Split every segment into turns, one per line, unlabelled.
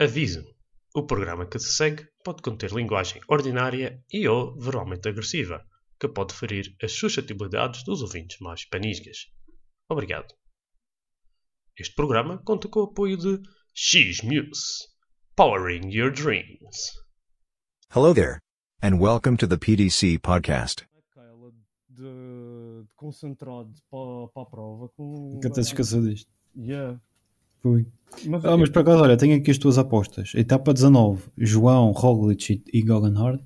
Aviso: o programa que se segue pode conter linguagem ordinária e/ou verbalmente agressiva, que pode ferir as suscetibilidades dos ouvintes mais panisgas. Obrigado. Este programa conta com o apoio de X-Muse Powering Your Dreams.
Hello there, and welcome to the PDC podcast.
Aquela de, de concentrado para, para a prova com.
Que até se esqueceu disto.
Yeah.
Fui.
Mas, é tipo,
Ah, mas por acaso, olha, tenho aqui as tuas apostas. Etapa 19, João, Roglic e, e Gogan Hart.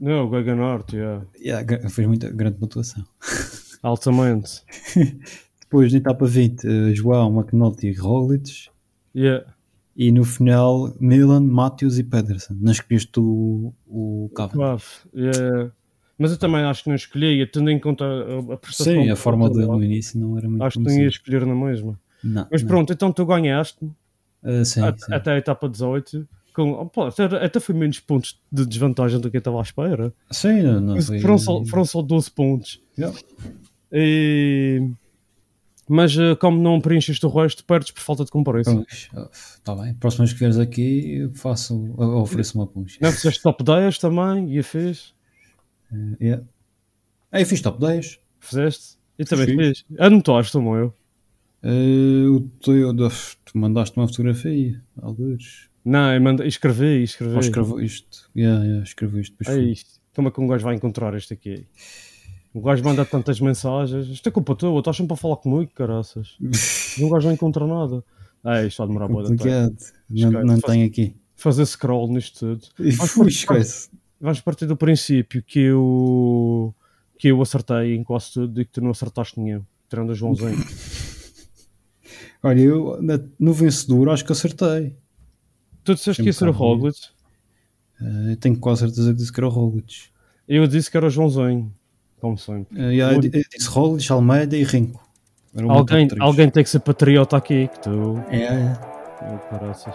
Não, o Gaga Norte, yeah.
Yeah, gra- fez muita grande pontuação.
altamente.
Depois, na etapa 20, eh, João, McNulty e Roglic.
Yeah.
E no final, Milan, Matthews e Pedersen. Não escolheste tu o Cavan.
Claro, yeah. Mas eu também acho que não escolhi, e tendo em conta a, a prestação.
Sim,
do
a forma dele
outro lado,
no início não era muito
Acho que não ia escolher na mesma. Mas pronto, então tu ganhaste
assim? Ah, sim,
a-
sim.
até a etapa 18. Com, oh, pô, até, até foi menos pontos de desvantagem do que eu estava à espera.
Sim, não, não
Mas
foi...
foram, só, foram só 12 pontos.
Yeah.
E- Mas eh, como não preenches o resto, perdes por falta de comparência.
Está Tá bem. Próximas que vieres aqui, eu faço, eu ofereço uma punch.
Não fizeste top 10 também, e a fiz.
Yeah. Ah, eu fiz top 10.
Fizeste? E também
Fiz.
fiz. Ah, Anotaste como eu.
Eh, o teu, uf, tu mandaste uma fotografia, algures.
Não, eu mandei, escrevi, escrevi.
Ou escrevo isto. Yeah, yeah, escrevo isto. depois
É isto. Como é que um gajo vai encontrar este aqui? O gajo manda tantas mensagens. Isto é culpa tua, estás sempre a falar comigo, caraças. E um gajo não encontra nada. É, isto vai demorar
fui.
boa da tempo.
Complicado. Não,
Esquece,
não
faz-
tenho aqui.
Fazer scroll nisto tudo.
E
faz-
fui,
faz-
esquece.
Vamos partir do princípio que eu, que eu acertei em quase tudo e que tu não acertaste nenhum, tirando o Joãozinho.
Olha, eu na- no vencedor acho que acertei.
tu disseste que ia ser o
Deixa-me cá ver.
Roglic,
Eh, tenho quase certeza que disse que era o Roglic.
eu disse que era o Joãozinho, como sempre.
Eh, yeah, eu, di- eu disse Roglic, Almeida e Rinco. Era o meu top
Alguém,
três.
alguém tem que ser patriota aqui, que tu.
É, é.
eu caraças.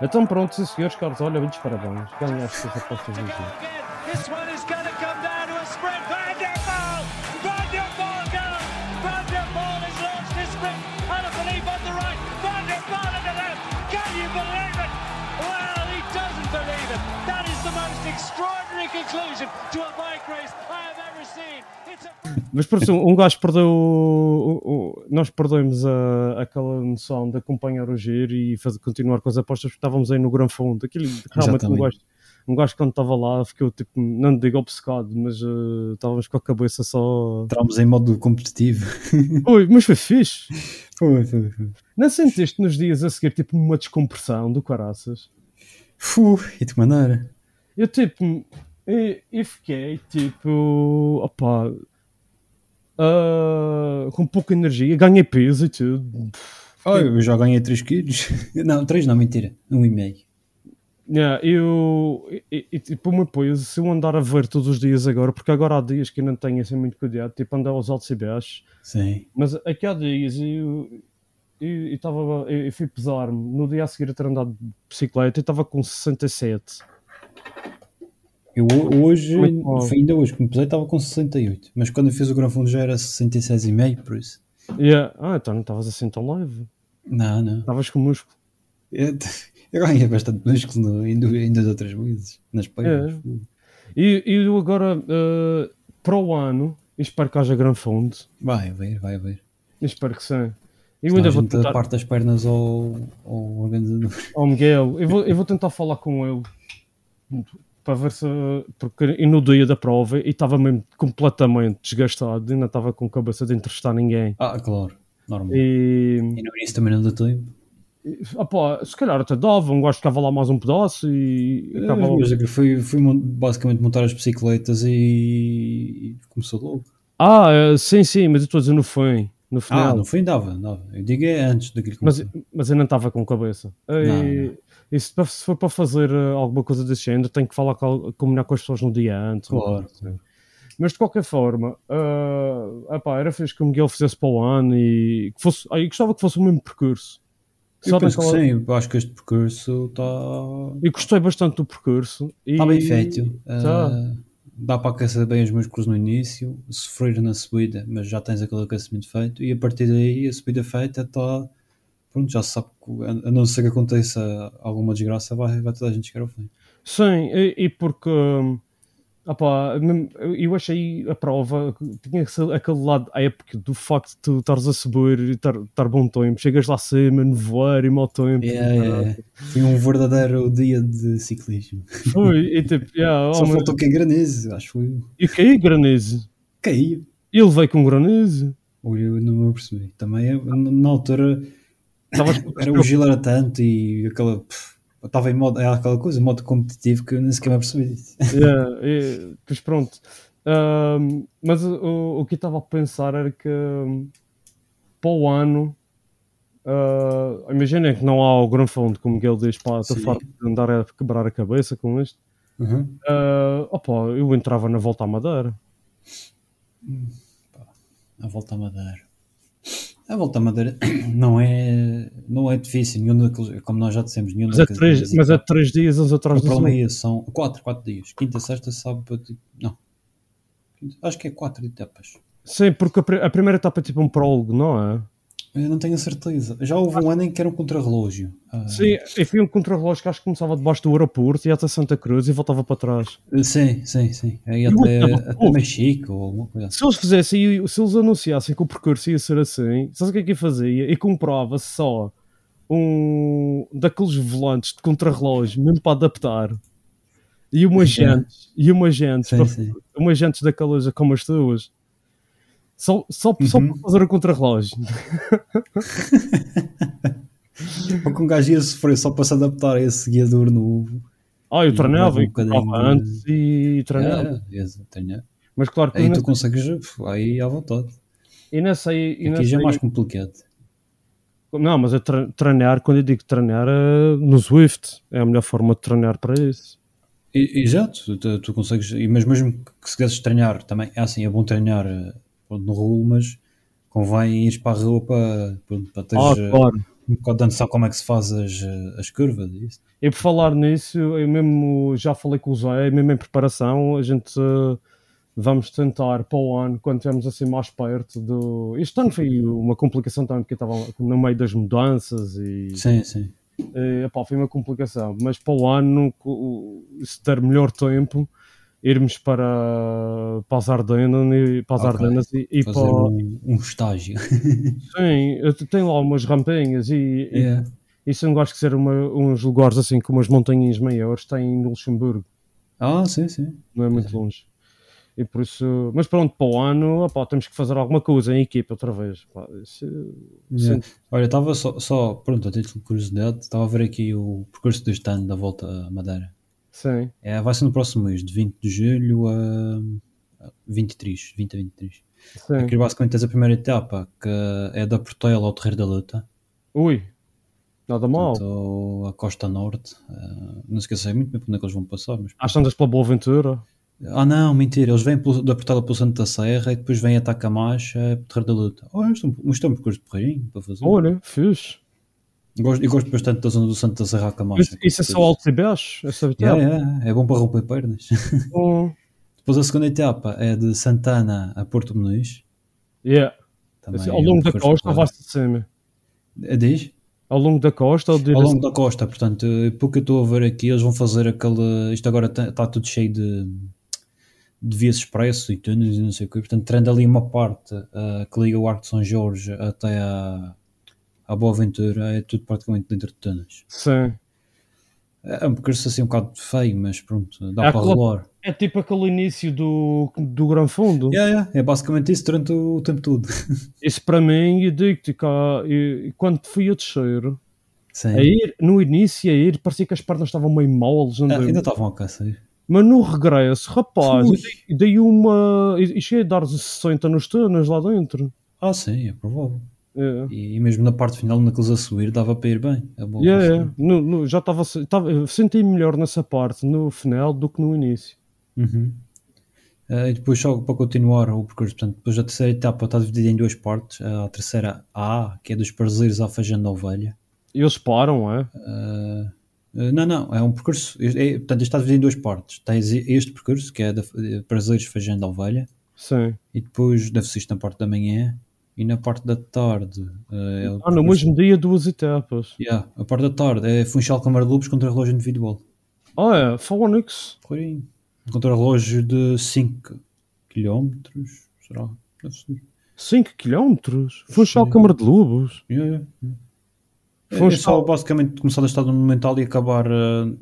Então pronto, sim, senhores, caros, olha, muitos parabéns. Ganhaste as apostas do jogo.
This one is going to come down to a sprint. Van der Poel! Van der Poel goes! Van der Poel has launched his sprint. Alaphilippe on the right. Van der Poel on the left. Can you believe it? Well, he doesn't believe it. That is the most extraordinary conclusion to a bike race I have ever seen. It's a...
Mas por isso, um gajo perdeu. o- o- nós perdemos a- aquela noção de acompanhar o giro e fazer, continuar com as apostas porque estávamos aí no grão fundo. Aquilo realmente um
Exatamente.
gajo, um gajo quando estava lá ficou tipo, não digo obcecado, mas eh, estávamos com a cabeça só.
Entramos em modo competitivo.
Ui, mas foi fixe.
Foi, foi, foi.
Não sentiste nos dias a seguir tipo uma descompressão do caraças?
Fu, e de que maneira?
Eu tipo. Eu, eu fiquei tipo. Opá. ah, com pouca energia, ganhei peso e tudo.
Oh, eu já ganhei 3 quilos. Não, 3 não, mentira. 1,5.
Yeah, eu, e, e, tipo, o meu peso, se eu andar a ver todos os dias agora, porque agora há dias que eu não tenho assim muito cuidado, tipo, andar aos altos e baixos,
Sim.
mas aqui há dias eu, eu, eu, tava, eu, eu fui pesar-me, no dia a seguir a ter andado de bicicleta, eu estava com 67.
Eu ho- hoje,
Muito bom.
foi ainda hoje, que me pesei, estava com 68. Mas quando eu fiz o Gran Fundo já era 66,5, por isso.
Yeah. Ah, então não estavas assim tão leve,
Não, não.
estavas com músculo.
Eu, eu ganhei bastante músculo no- em, du- em duas ou três vezes. Nas pernas.
É. E, e eu agora, eh, para o ano, eu espero que haja grande fundo,
Vai ver, vai ver.
Eu espero que sim. Eu
Senão
ainda
a
vou
gente
tentar,
parte das pernas ao, ao organizador.
ao Oh, Miguel, eu vou, eu vou tentar falar com ele para ver se. Porque eu no dia da prova e estava mesmo completamente desgastado, ainda estava com a cabeça de entrevistar ninguém.
Ah, claro. Normal. E,
E.
no início também não deu tempo.
ah pá, se calhar até dava, um gajo ficava lá mais um pedaço e.
É,
acabava.
mas é que Fui, fui mon- basicamente montar as bicicletas e, e começou logo.
Ah, é, sim, sim, mas eu estou a dizer no fim. No
Ah,
final.
no fim dava, dava. Eu digo é antes daquilo que
mas, mas eu não estava com cabeça. E,
Não, não.
e se, pa- se for para fazer eh, alguma coisa desse género, tenho que falar com, al- combinar com as pessoas no dia antes. uma
Claro.
coisa assim. Mas de qualquer forma, ah, epá, era fixe que o Miguel fizesse para o ano e que fosse. ah, eu gostava que fosse o mesmo percurso.
Eu penso que
naquela-
sim, eu acho que este percurso está
eu gostei bastante do percurso. e-
Tá bem feito.
tá.
Ah, dá para aquecer bem os músculos no início, sofrer na subida, mas já tens aquele aquecimento feito e a partir daí a subida feita está tá, pronto, já se sabe que a a não ser que aconteça alguma desgraça, vai, vai toda a gente chegar ao fim.
Sim, e, e porque hum, opá, mesmo- eu achei a prova tinha esse- aquele lado épico do facto de tu estares a subir e estar, estar bom tempo, chegas lá acima, nevoar e mau tempo.
É, é, é. Foi um verdadeiro dia de ciclismo.
Foi, e tipo, yeah,
Só
oh, mas-
faltou que a Granese, acho que foi.
e caí granizo.
Caiu.
Ele veio com granizo.
Ou Eu não me apercebi. Também eu, na na altura
Estavas
era um o gelo era tanto e aquela. pff, eu Estava em modo, era aquela coisa, modo competitivo que eu nem sequer me apercebi disso.
Yeah, e- pois pronto. Ahm, mas o, o que eu estava a pensar era que hum, para o ano, ah, imaginem que não há o granfondo, como ele diz, para
Sim.
andar a quebrar a cabeça com isto.
Uhum.
Ah, opa, eu entrava na volta à Madeira.
A volta à Madeira. A volta à Madeira não é, não é difícil, nenhum daqueles, como nós já dissemos, nenhum
Mas é
daqueles-
três, mas é um. três dias uns
O
atrás dos
problema é
outros.
esse, são 4, 4 dias. Quinta, sexta, sábado. tipo, Não. Quinta- Acho que é 4 etapas.
Sim, porque a, pri- a primeira etapa é tipo um prólogo, não é?
Eu não tenho a certeza. Já houve um ano em que era um contrarrelógio. Ah,
Sim, e fui um contrarrelógio que acho que começava debaixo do aeroporto, ia até Santa Cruz e voltava para trás.
Sim, sim, sim. Aí
Eu
até,
estava
até
puto.
Mexico ou alguma coisa assim.
Se eles fizessem, se eles anunciassem que o percurso ia ser assim, sabes o que é que eu fazia? E comprava só um daqueles volantes de contrarrelógio, mesmo para adaptar, e uma
Sim.
gente, e uma gente,
Uhum.
para-
Sim, sim.
uma gente daquelas como as tuas, só, só, só
Uhum.
para fazer o contrarrelógio.
Porque um gajo ia sofrer só para se adaptar a esse guiador novo.
Ah, eu
E
treinava,
leva um
e comprava
bocadinho de-
antes e treinava.
É, é, tenho.
Mas claro que
Aí
eu
tu consegues puf, aí à vontade.
e nessa aí, e
Aqui
nessa
já é
aí-
mais complicado.
Não, mas é tre- treinar, quando eu digo treinar, é no Swift. É a melhor forma de treinar para isso.
E- Exato, tu, tu consegues, e mas mesmo que se quisesses treinar também, é assim, é bom treinar eh, pronto, no rolo, mas convém ir para a rua para, pronto, para teres
Ah,
eh,
claro.
um bocado de noção como é que se faz as, eh, as curvas e isso.
E por falar nisso, eu mesmo já falei com o Zé, mesmo em preparação, a gente eh, vamos tentar para o ano, quando estivermos assim mais perto do. Este ano foi uma complicação também, porque eu estava no meio das mudanças e.
Sim, sim.
eh, epá, foi uma complicação. Mas para o ano, co- se der melhor tempo, irmos para, para as Ardenas e para, as
Ok.
Ardenas e, e
Fazer
para.
um, um estágio.
Sim, eu te- tem lá umas rampinhas e, e-
É.
e se eu não gosto de ser uma, uns lugares assim com umas montanhas maiores, tem no Luxemburgo,
Ah, sim, sim.
não é muito
Uhum.
longe. E por isso, mas pronto, para o ano opá, temos que fazer alguma coisa em equipa outra vez. Pá, isso-
É.
sim.
Olha, estava só, só, pronto, a título de curiosidade, estava a ver aqui o percurso deste ano da volta à Madeira.
Sim.
É, vai ser no próximo mês, de 20 de julho a a 23, 20 a 23.
sim.
Aqui basicamente tens a primeira etapa, que é da Portela ao Terreiro da Luta,
Ui, nada mal.
Então, portanto, a Costa Norte. eh, não se esqueça, é muito bem por onde é que eles vão passar, mas...
Às tantas pela Boa Ventura.
Ah não, mentira, eles vêm pelo- da Portela pelo Santo da Serra e depois vêm a Tacamacha, eh, Terreiro da Luta. Oh, isto é um, isto é um percurso de porreirinho para fazer.
Olha, fixe.
Gosto, eu gosto bastante da zona do Santo da Serra à Camacha.
Isso, isso é só altos e baixos, essa
Yeah,
vitória.
yeah, é bom para romper pernas.
Hum,
Depois a segunda etapa é de Santana a Porto Muniz.
yeah.
Também
Assim,
é
ao
um
longo da
percurso
costa,
porreiro.
vai-se de cima.
É, Diz?
Ao longo da costa, ou de-
Ao longo da costa, portanto, eh, pelo que eu estou a ver aqui, eles vão fazer aquele. Isto agora está tudo cheio de, de vias expresso e túneis e não sei o quê. Portanto, tendo ali uma parte eh, que liga o Arco de São Jorge até à, à Boa Ventura, é tudo praticamente dentro de túneis.
assim, Sim.
É um percurso assim um bocado feio, mas pronto, dá
É
para
aquela-
rolar.
É tipo aquele início do, do Gran Fundo.
Yeah, yeah, é basicamente isso durante o tempo todo.
Isso para mim, eu digo-te cá, eu- quando fui a descer,
Sim.
a ir, no início a ir, parecia que as pernas estavam meio moles, não
Ah,
deu.
ainda estavam a caçar.
mas no regresso, rapaz,
Ui.
eu dei- eu dei uma. E cheguei a dar 60 nos turnos lá dentro.
Ah, sim, é provável.
É.
E, e mesmo na parte final, naqueles a subir, dava para ir bem. É bom.
Yeah, yeah. No- no- já estava. estava- Senti-me melhor nessa parte, no final, do que no início.
Uhum. Ah, e depois, só para continuar o percurso, portanto, depois a terceira etapa está dividida em duas partes. Ah, a terceira A, que é dos prazeres à fajando da ovelha.
Eles param, é?
Ah, não, não, é um percurso. É, é- portanto, isto está dividido em duas partes. Tens este percurso, que é da, de prazeres fajando da ovelha,
Sim.
e depois deve-se isto na parte da manhã. e na parte da tarde. eh, é o-
Ah, no mesmo dia, duas etapas.
Yeah, a parte da tarde é Funchal Câmara de Lobos contra relógio individual.
Ah, é, Phoenix.
Correirinho. Contra relógio de 5 km, será? Deve ser.
5 km. Funchal Câmara de Lobos.
Yeah, yeah, yeah. É- É
Funchal-
só basicamente começar no estado monumental e acabar eh,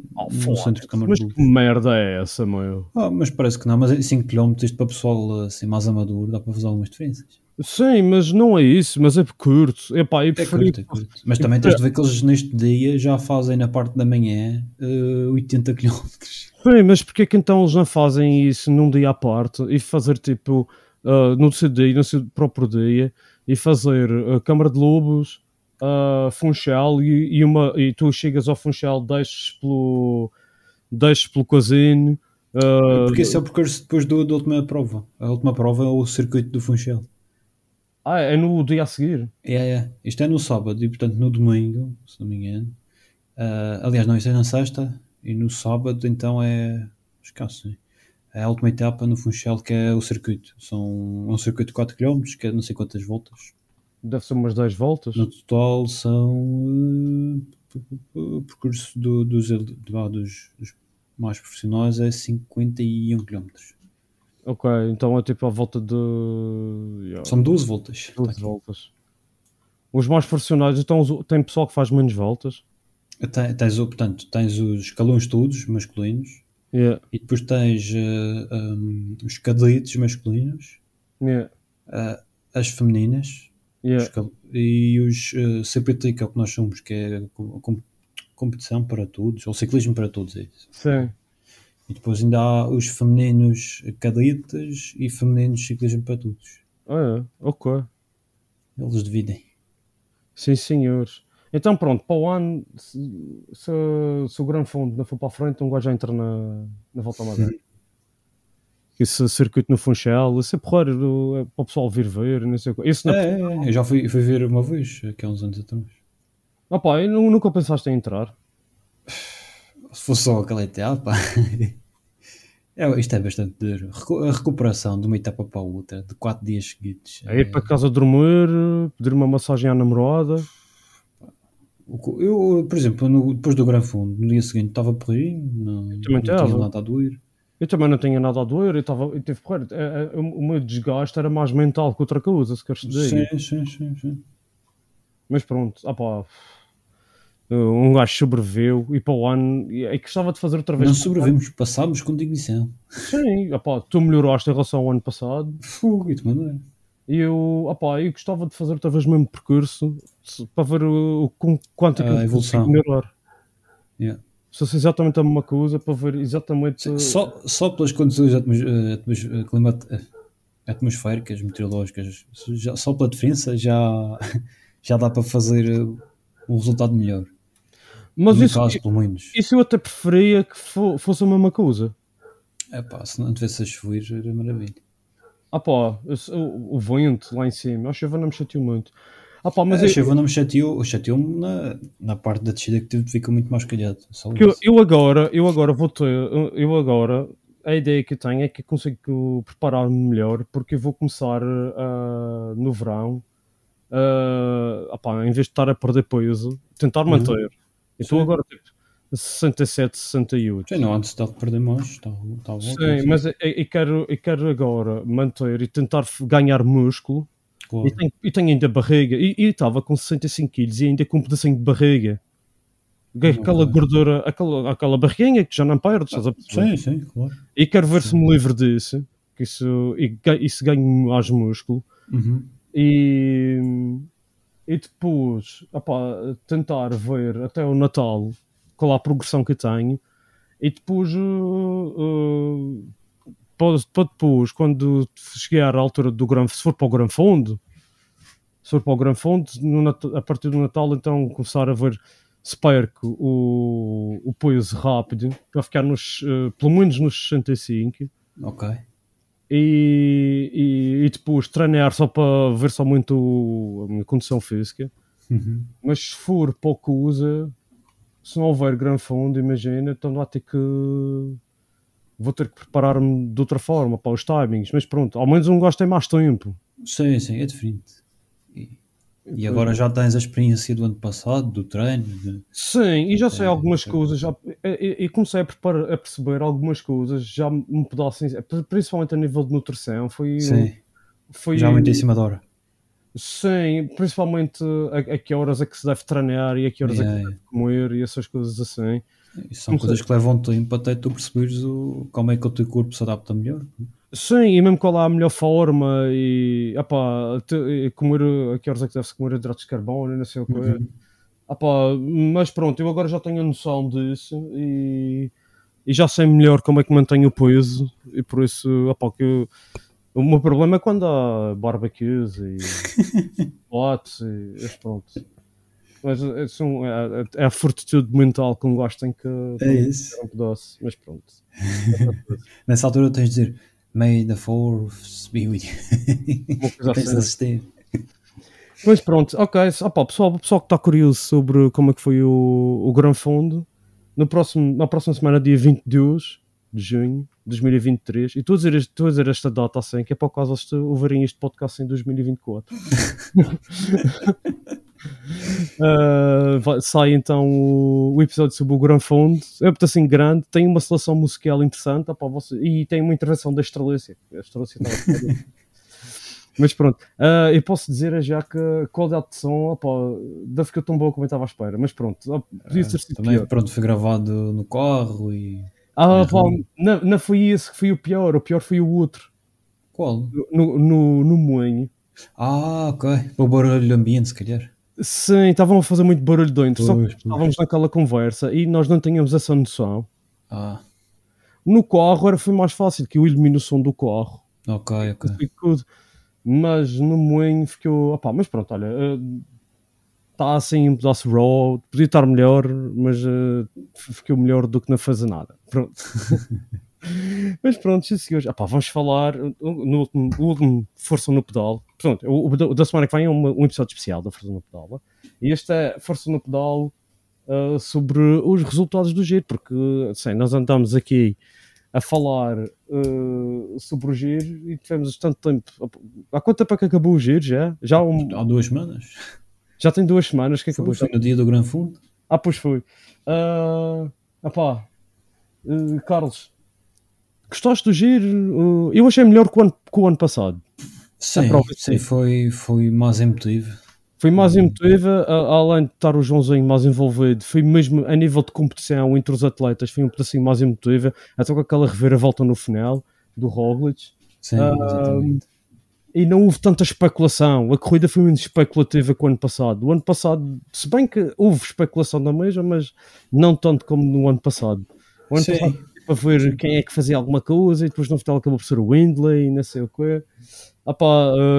no centro de Câmara
Mas
de Lobos.
que merda é essa, meu?
Ah, mas parece que não, mas 5 km isto para pessoal assim mais amador dá para fazer algumas diferenças.
Sim, mas não é isso, mas é curto. Epá, eu
É
preferi...
curto, é curto. Mas também tens de ver que eles neste dia já fazem na parte da manhã eh, 80 km.
Sim, mas porquê que então eles não fazem isso num dia à parte e fazer tipo ah, no seu dia, no seu próprio dia e fazer ah, Câmara de Lobos, ah, Funchal e, e uma, e tu chegas ao Funchal, deixes pelo, deixes pelo casino. ah,
Porque esse é o percurso depois do, da última prova. A última prova é o circuito do Funchal.
ah, é no dia a seguir.
É, é. Isto é no sábado e, portanto, no domingo, se não me engano. Ah, aliás, não, isto é na sexta e no sábado, então é. Esquece. É a última etapa no Funchal que é o circuito. São é um circuito de 4 km, que é não sei quantas voltas.
Deve ser umas 10 voltas.
No total são. ah, p- p- p- o percurso do- dos, el- vá, dos- dos mais profissionais é 51 km.
Ok, então é tipo à volta de. yeah,
São 12 voltas. Tá
12
aqui.
voltas. Os mais profissionais, então os- tem pessoal que faz menos voltas.
Tem- Tá Tens, o- portanto, tens os escalões todos masculinos.
Yeah,
E depois tens eh, um, os cadetes masculinos,
yeah,
eh, as femininas os
yeah.
cal- e os eh, CPT, que é o que nós somos, que é com- com- competição para todos, ou ciclismo para todos. É isso.
Sim.
E depois ainda há os femininos cadetes e femininos ciclismo para todos.
Ah, é, ok.
Eles dividem.
Sim, senhores. Então pronto, para o ano, se, se, se o grande fundo não for para a frente, um gajo já entra na, na volta à madeira. Esse circuito no Funchal, isso é porreiro, é para o pessoal vir ver, não sei o quê. Isso
É,
não,
é, é. Eu já fui, fui ver uma vez, aqui há uns anos atrás.
Ah pá, eu nu- nunca pensaste em entrar.
Se fosse só aquela etapa, pá. É, isto é bastante duro. Recu- A recuperação de uma etapa para a outra, de 4 dias seguidos.
É ir
é-
para casa dormir, pedir uma massagem à namorada.
O co- Eu, por exemplo, no- depois do Gran Fundo, no dia seguinte estava porrinho, não, não
também
tinha
estava.
nada a doer.
Eu também não tinha nada a doer, eu, tava, eu tive porreiro. É, é, O o meu desgaste era mais mental que outra coisa, se queres dizer.
Sim, sim, sim, sim.
Mas pronto, ah pá. Um gajo sobreviveu e para o ano. E e gostava de fazer outra vez.
Não sobrevivemos, passámos com dignição.
Sim, ah pá, tu melhoraste em relação ao ano passado.
Fogo, e de maneira.
E eu, ah pá, eu gostava de fazer outra vez o mesmo percurso se- para ver o, o com- quanto é que
A
eu
evolução.
consigo melhorar.
Yeah.
Se fosse exatamente a mesma coisa, para ver exatamente. uh,
Só, só pelas condições atmos- eh, atmos- eh, climat- eh, atmosféricas, meteorológicas, já- só pela diferença já, já dá para fazer eh, um resultado melhor.
Mas
no
isso,
caso, pelo menos.
isso eu até preferia que fo- fosse a mesma coisa.
Epá, se não tivesse a chover, era maravilha.
Ah pá, esse- o, o vento lá em cima, a chuva não me chateou muito. Ah pá, mas
Mas a
eu-
chuva não me chateou, chateou-me na, na parte da descida que tive, ficou muito mais calhado. Só
Porque eu,
isso.
eu agora, eu agora vou ter, eu agora, a ideia que eu tenho é que consigo preparar-me melhor, porque eu vou começar ah, no verão, ah, opá, em vez de estar a perder peso, tentar manter. Então
Sim.
agora, tipo, 67, 68.
Sim, não, antes de perder mais, está tá bom.
Sim, mas eu, eu quero, eu quero agora manter e tentar f- ganhar músculo,
Claro.
e tenho, e tenho ainda barriga. E e estava com 65 quilos e ainda com um pedacinho de barriga. Aquela gordura, aquela, aquela barriguinha que já não perdes, estás a perceber?
é. Sim, sim, claro.
E quero ver se me livro disso, que isso, e, ga- isso ganho mais músculo.
Uhum.
E, e depois, opá, tentar ver até o Natal qual a progressão que tenho. E depois, uh, uh, para, para depois, quando chegar à altura do grande, se for para o Gran Fundo, se for para o Gran Fundo, no Nat- a partir do Natal, então começar a ver se perco o, o peso rápido para ficar nos, eh, pelo menos nos 65
Ok.
e, e, e depois treinar só para ver só muito a minha condição física.
Uhum.
Mas se for pouco usa, se não houver grande fundo, imagina, então vai ter que. Vou ter que preparar-me de outra forma para os timings. Mas pronto, ao menos um gajo tem mais tempo.
Sim, sim, é diferente. E, e agora já tens a experiência do ano passado, do treino. de-
Sim, e já sei
É,
algumas
é.
coisas, já, e, e- e comecei a, preparar- a perceber algumas coisas, já me pedassem, principalmente a nível de nutrição, foi,
Sim,
foi
já muito em cima da hora.
sim, principalmente a, a que horas é que se deve treinar e a que horas é que se
Yeah.
deve comer e essas coisas assim.
E são
Não sei.
coisas que levam tempo até tu perceberes o, como é que o teu corpo se adapta melhor.
Sim, e mesmo qual é a melhor forma e, epá, te- e comer, a que horas é que deve-se comer hidratos de carbono e não sei o quê.
Uhum.
Epá, mas pronto, eu agora já tenho a noção disso e, e já sei melhor como é que mantenho o peso e por isso, epá, que eu- o meu problema é quando há barbecues e bots e e pronto. Mas é, são- é- é a fortitude mental que um gajo tem que
É isso.
um pedaço, mas pronto.
Nessa altura tens de dizer May the Force be with you.
Uma coisa
Tens de
assim.
assistir.
Mas pronto, ok. Ah, pá, pessoal, pessoal que está curioso sobre como é que foi o, o Gran Fundo, no próximo, na próxima semana, dia 22 de junho de 2023, e estou a dizer, este- estou a dizer esta data assim, que é para o caso eles ouvirem este podcast em 2024. Ah, vai- sai então o, o episódio sobre o Gran Fundo, é muito assim grande, tem uma seleção musical interessante ah, pá, você- e tem uma intervenção da Estrelícia. A Estrelícia está a Mas pronto, ah, eu posso dizer é já que a qualidade de som opa, deve ficar tão boa como eu estava à espera, mas pronto, ah, podia ser sido
Também,
pior.
pronto, foi gravado no carro e.
Ah,
Uhum.
pá, não, não foi esse que foi o pior, o pior foi o outro,
Qual?
no, no, no moinho.
Ah, ok. Para o barulho do ambiente, se calhar.
Sim, estavam a fazer muito barulho dentro, só que
Pois, pois.
estávamos naquela conversa e nós não tínhamos essa noção.
Ah,
No carro era, foi mais fácil, que eu elimino o som do carro.
ok, ok.
e tudo. Mas no moinho ficou. opá, mas pronto, olha. Está assim um pedaço raw. Podia estar melhor, mas eh, f- ficou melhor do que não fazer nada. Pronto. mas pronto, sim senhores. Opá, vamos falar uh, no último, o último Força no Pedal. Pronto, o, o da- o da semana que vem é uma- um episódio especial da Força no Pedal. né? E este é Força no Pedal eh, sobre os resultados do giro, porque assim, nós andamos aqui a falar eh, sobre o giro e tivemos tanto tempo. Há quanto tempo é que acabou o giro já? Já, há um-
Há duas semanas.
já tem duas semanas que acabou
Foi,
o giro.
no dia do Gran Fundo.
Ah, pois foi. Ah, opá, eh, Carlos, gostaste do giro? Eh, eu achei melhor que o ano, que o ano passado.
Sim,
prova,
sim,
sim.
foi, foi mais emotivo.
Foi mais emotiva, a- além de estar o Joãozinho mais envolvido, foi mesmo a nível de competição entre os atletas, foi um pedacinho mais emotiva, até com aquela reviravolta no final do Roglic.
Sim,
Ah,
exatamente.
e não houve tanta especulação. A corrida foi menos especulativa que o ano passado. O ano passado, se bem que houve especulação na mesma, mas não tanto como no ano passado. O ano
Sim.
passado foi para ver quem é que fazia alguma coisa e depois no final acabou por ser o Windley e não sei o quê. Ah pá,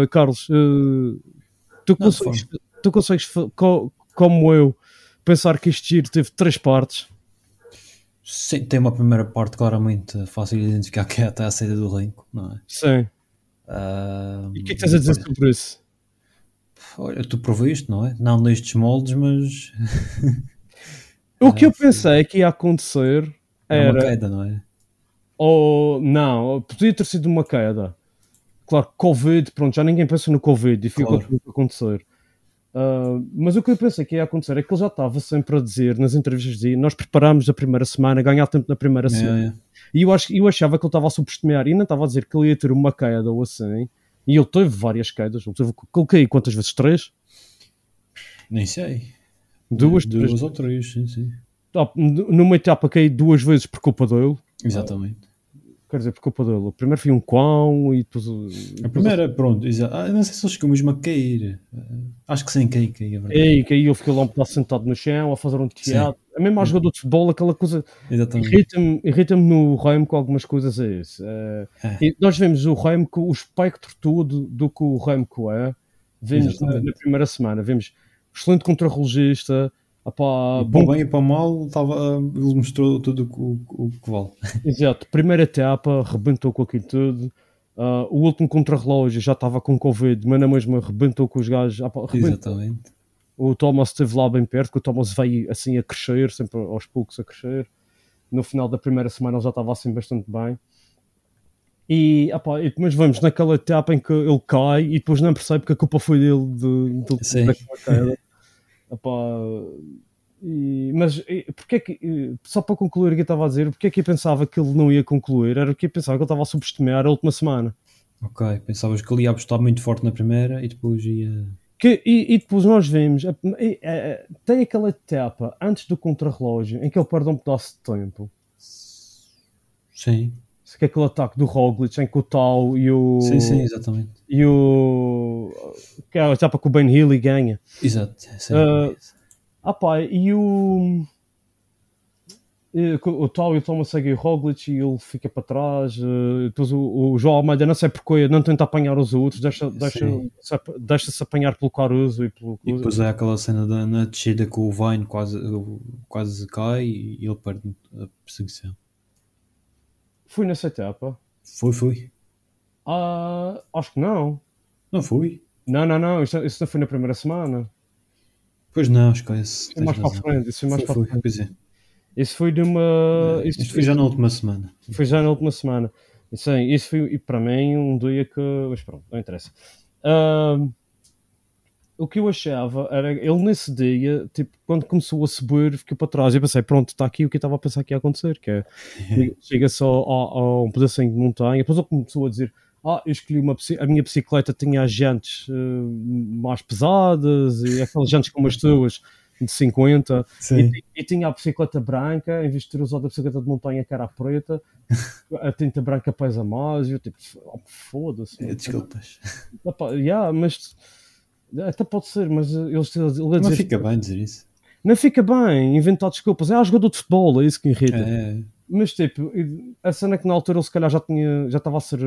eh, Carlos, eh, tu,
Não,
consegues, tu consegues, fa- co- como eu, pensar que este giro teve três partes?
Sim, tem uma primeira parte claramente fácil de identificar que é até a saída do renco, não é?
Sim.
Ah,
E o que é que tens a dizer sobre isso?
Olha, tu proviste, não é? Não nestes moldes, mas
O que eu pensei que ia acontecer
Ah, é uma
era.
queda, não é?
Ou não, podia ter sido uma queda. Claro, Covid, pronto, já ninguém pensa no Covid e fica
Claro.
tudo a acontecer. Ah, mas o que eu pensei que ia acontecer é que ele já estava sempre a dizer nas entrevistas de nós preparámos a primeira semana, ganhar tempo na primeira semana.
É, é.
E eu, acho, eu achava que ele estava a subestimar e não estava a dizer que ele ia ter uma queda ou assim. E ele teve várias quedas. Ele teve, coloquei quantas vezes? Três?
Nem sei.
Duas? três.
Duas ou três, sim, sim.
Ah, numa etapa caí duas vezes por culpa dele.
Exatamente.
Quer dizer, por culpa dele. Primeiro foi um cão e depois.
A primeira, pronto, exa- ah, eu não sei se eles chegou mesmo a cair. Ah, Acho que sem cair, cair, é verdade.
Ei, que aí eu fiquei lá um pedaço sentado no chão a fazer um teatro. É mesmo ao jogador de futebol, aquela coisa.
Exatamente.
Irrita-me irrita no Raimo com algumas coisas é isso. É,
É.
e Nós vemos o Raimo com o espectro todo do que o Raimo com é. Vemos na,
Exatamente.
na primeira semana. Vemos excelente contrarrelogista. Apá,
Para
bom,
o bem e para o mal, estava, ele mostrou tudo o que- o, que- o que vale.
Ah, exato. Primeira etapa, rebentou com aquilo tudo. Ah, o último contrarrelógio já estava com Covid, mas na mesma rebentou com os gajos. Apá, rebentou.
Exatamente.
O Thomas esteve lá bem perto, que o Thomas veio assim a crescer, sempre aos poucos a crescer. No final da primeira semana ele já estava assim bastante bem. E, opá, e- mas vamos naquela etapa em que ele cai e depois não percebe que a culpa foi dele de, de, é
Sim.
daquela queda. Opá, e- mas e, porque é que, e, só para concluir o que eu estava a dizer, porque é que eu pensava que ele não ia concluir? Era o que eu pensava que ele estava a subestimar a última semana.
Ok, pensavas que ele ia apostar muito forte na primeira e depois ia.
Que, e, e depois nós vemos, a- e- a- a- tem aquela etapa antes do contrarrelógio em que ele perde um pedaço de tempo.
Sim,
Se que é aquele ataque do Roglic em que o Tal e o.
sim, sim, exatamente.
E o. Que é a etapa que o Ben Healy ganha.
Exato. sim.
Ah, Ah pá, e o. e co- O Tal e o Thomas seguem o Roglic e ele fica para trás. eh, Depois o, o João Almeida não sei porquê, não tenta apanhar os outros, deixa-se deixa,
Sim.
deixa deixa-se apanhar pelo Caruso e pelo.
E depois é aquela cena da na descida que o Vine quase, quase cai e ele perde a perseguição.
Fui nessa etapa?
Foi, foi.
Ah, acho que não.
Não foi?
Não, não, não, isso, isso não foi na primeira semana.
Pois não,
Isso
esquece.
foi mais
tens
para a
razão.
frente. Isso foi mais
Foi,
para a
foi,
frente.
pois é.
Isso foi de uma. Isso,
Isto foi já na última semana.
Foi já na última semana. E, sim, isso foi e para mim um dia que. Mas pronto, não interessa. Ahm, o que eu achava era ele nesse dia, tipo, quando começou a subir, fiquei para trás. Eu pensei, pronto, está aqui o que eu estava a pensar que ia acontecer, que é chega- chega só a, a um pedacinho de montanha. Depois ele começou a dizer: Ah, eu escolhi uma bici- a minha bicicleta, tinha as jantes eh, mais pesadas e aquelas jantes como as tuas de 50
Sim.
e, e tinha a bicicleta branca, em vez de ter usado a bicicleta de montanha que era a preta, a tinta branca pesa mais, e eu tipo, "Oh, foda-se. mano."
Desculpas.
Opa, yeah, mas até pode ser, mas eh, eles ele a
Não
dizer,
fica bem dizer isso.
não fica bem, inventar desculpas, é ah, jogador de futebol, é isso que irrita.
É,
Mas tipo, e- a cena é que na altura ele se calhar já tinha, já estava a ser,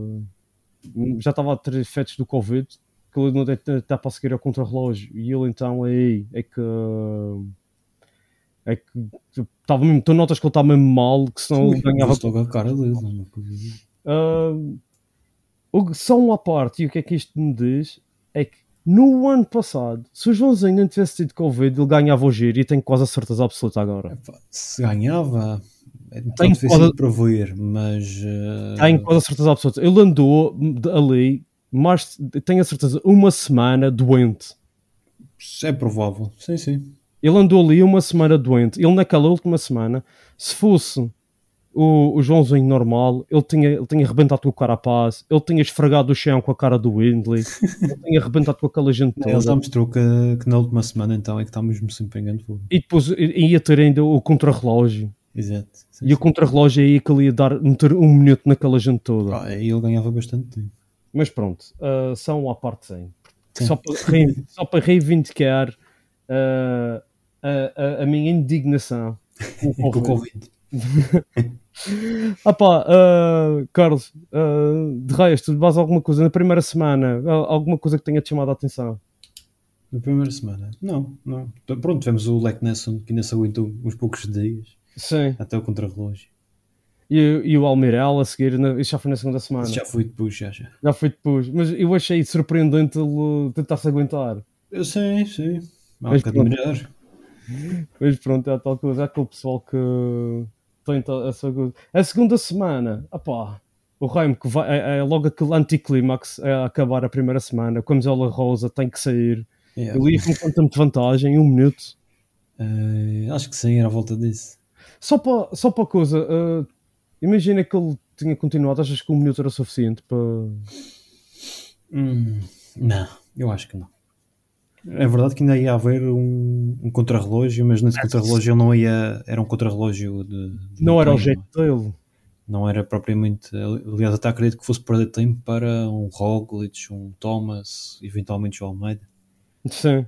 eh, já estava a ter efeitos do Covid, que ele não está para seguir ao contrarrelógio, e ele então aí é que é que tipo, estava mesmo, tu notas que ele está mesmo mal, que senão ele ganhava
Viu-se logo a cara dele. não é? Coisa-
ah, o que- só uma parte, e o que é que isto me diz é que no ano passado, se o Joãozinho não tivesse tido Covid, ele ganhava o giro e tenho quase a certeza absoluta agora.
Epá, Se ganhava, é
Tem
tem que
coisa-
coisa... para ver, mas. eh,
Tenho quase a certeza absoluta. Ele andou de- ali, mas tenho a certeza, uma semana doente.
É provável. Sim, sim.
Ele andou ali uma semana doente. Ele, naquela última semana, se fosse o, o Joãozinho normal, ele tinha, ele tinha arrebentado com o carapaz, ele tinha esfregado o chão com a cara do Windley, ele tinha arrebentado com aquela gente toda.
Ele já mostrou que, que na última semana então é que está mesmo sempre engano. pô.
E depois i- ia ter ainda o contrarrelógio.
Exato. Sim,
E o
sim.
contrarrelógio é aí que ele ia dar, meter um minuto naquela gente toda.
Ah, e ele ganhava bastante tempo.
Mas pronto, ah, são à parte sim.
Sim.
Só para, rein- só para reivindicar ah, a, a- a minha indignação. com o
Com o
Covid.
Covid.
Ah pá, ah, Carlos, ah, de resto, de base alguma coisa na primeira semana, ah, alguma coisa que tenha te chamado a atenção?
Na primeira semana? Não, não. Então, Pronto, tivemos o Lech Nelson que ainda se aguentou uns poucos dias
Sim.
até o contrarrelógio.
E, e o Almirel a seguir, na, isso já foi na segunda semana.
Isso
Já.
já foi depois, já, já.
foi depois. Mas eu achei surpreendente ele tentar-se aguentar.
Eu sei, sei. Há um
Mas
bocado
pronto.
melhor.
Mas pronto, é a tal coisa. É aquele pessoal que tenta essa coisa. É A segunda semana, opá, o Raimo que vai, é, é logo aquele anticlímax é a acabar a primeira semana. Camisola rosa tem que sair.
Yeah.
Ele ia com quanto de vantagem, um minuto.
Eh, acho que sim, era à volta disso.
Só para, só para coisa, eh, imagina que ele tinha continuado. Achas que um minuto era suficiente para.
Hum, não, eu acho que não. É verdade que ainda ia haver um, um contrarrelógio, mas nesse contrarrelógio ele não ia. Era um contrarrelógio de. de
Ah, Não era o
treino,
jeito dele.
Não era propriamente. Aliás, até acredito que fosse perder tempo para um Roglic, um Thomas, eventualmente o Almeida.
Sim.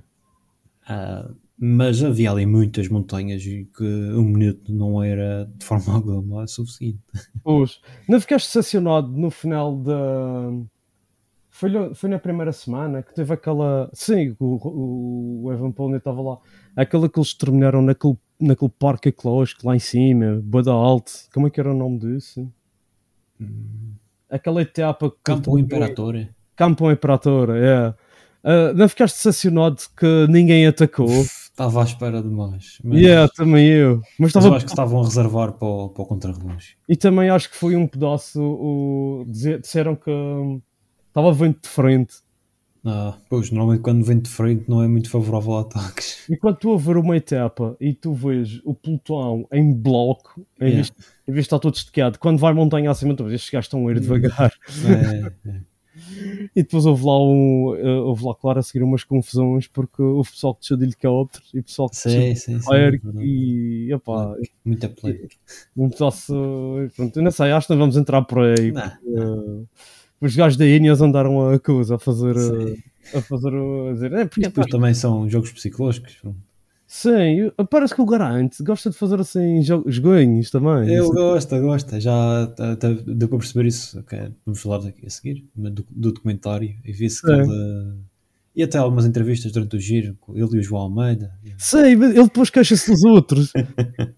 Ah, mas havia ali muitas montanhas e que um minuto não era de forma alguma é suficiente.
Pois. Não ficaste decepcionado no final da. Foi, lo- foi na primeira semana que teve aquela. Sim, o, o Evan Pony estava lá. Aquela que eles terminaram naquele, naquele parque ecológico lá em cima, Bada Alto. Como é que era o nome disso? Aquela etapa que.
Então, Campo Imperatore.
Campo Imperator, é. Ah, não ficaste decepcionado que ninguém atacou?
Estava à espera demais. Mas,
yeah, também eu. Mas
mas
estava
eu acho que estavam a reservar para o, para o contra-relógio.
E também acho que foi um pedaço. O... dizer- disseram que hum, estava vento de frente.
Ah, pois, normalmente quando vem de frente não é muito favorável a ataques.
E quando tu a ver uma etapa e tu vês o pelotão em bloco, em,
Yeah.
vez, em vez de estar todo estequeado, quando vai montanha acima, tu vês estes gajos estão a
Uhum.
ir devagar.
É, é.
E depois houve lá, um, eh, houve lá, claro, a seguir umas confusões, porque houve pessoal que deixou de helicópteros e pessoal que
Sim, sim, sim. Uhum.
deixou de air,
verdade.
e opá,
Muita play.
um pedaço. Pronto, eu não sei, acho que não vamos entrar por aí.
Não,
porque, eh, os gajos da Ineos andaram a coisa, a fazer. eh, A fazer. o- A dizer, é,
E
porque
depois também são jogos psicológicos. pronto.
Sim, eu- parece que o Garante gosta de fazer assim jo- joguinhos também. assim.
Eu gosto, gosto. Já tá- tá- deu para perceber isso. ok, Vamos falar daqui a seguir mas do, do documentário. E vi-se que
É.
ele, E até algumas entrevistas durante o giro, com ele e o João Almeida.
Sei, mas ele depois queixa-se dos outros.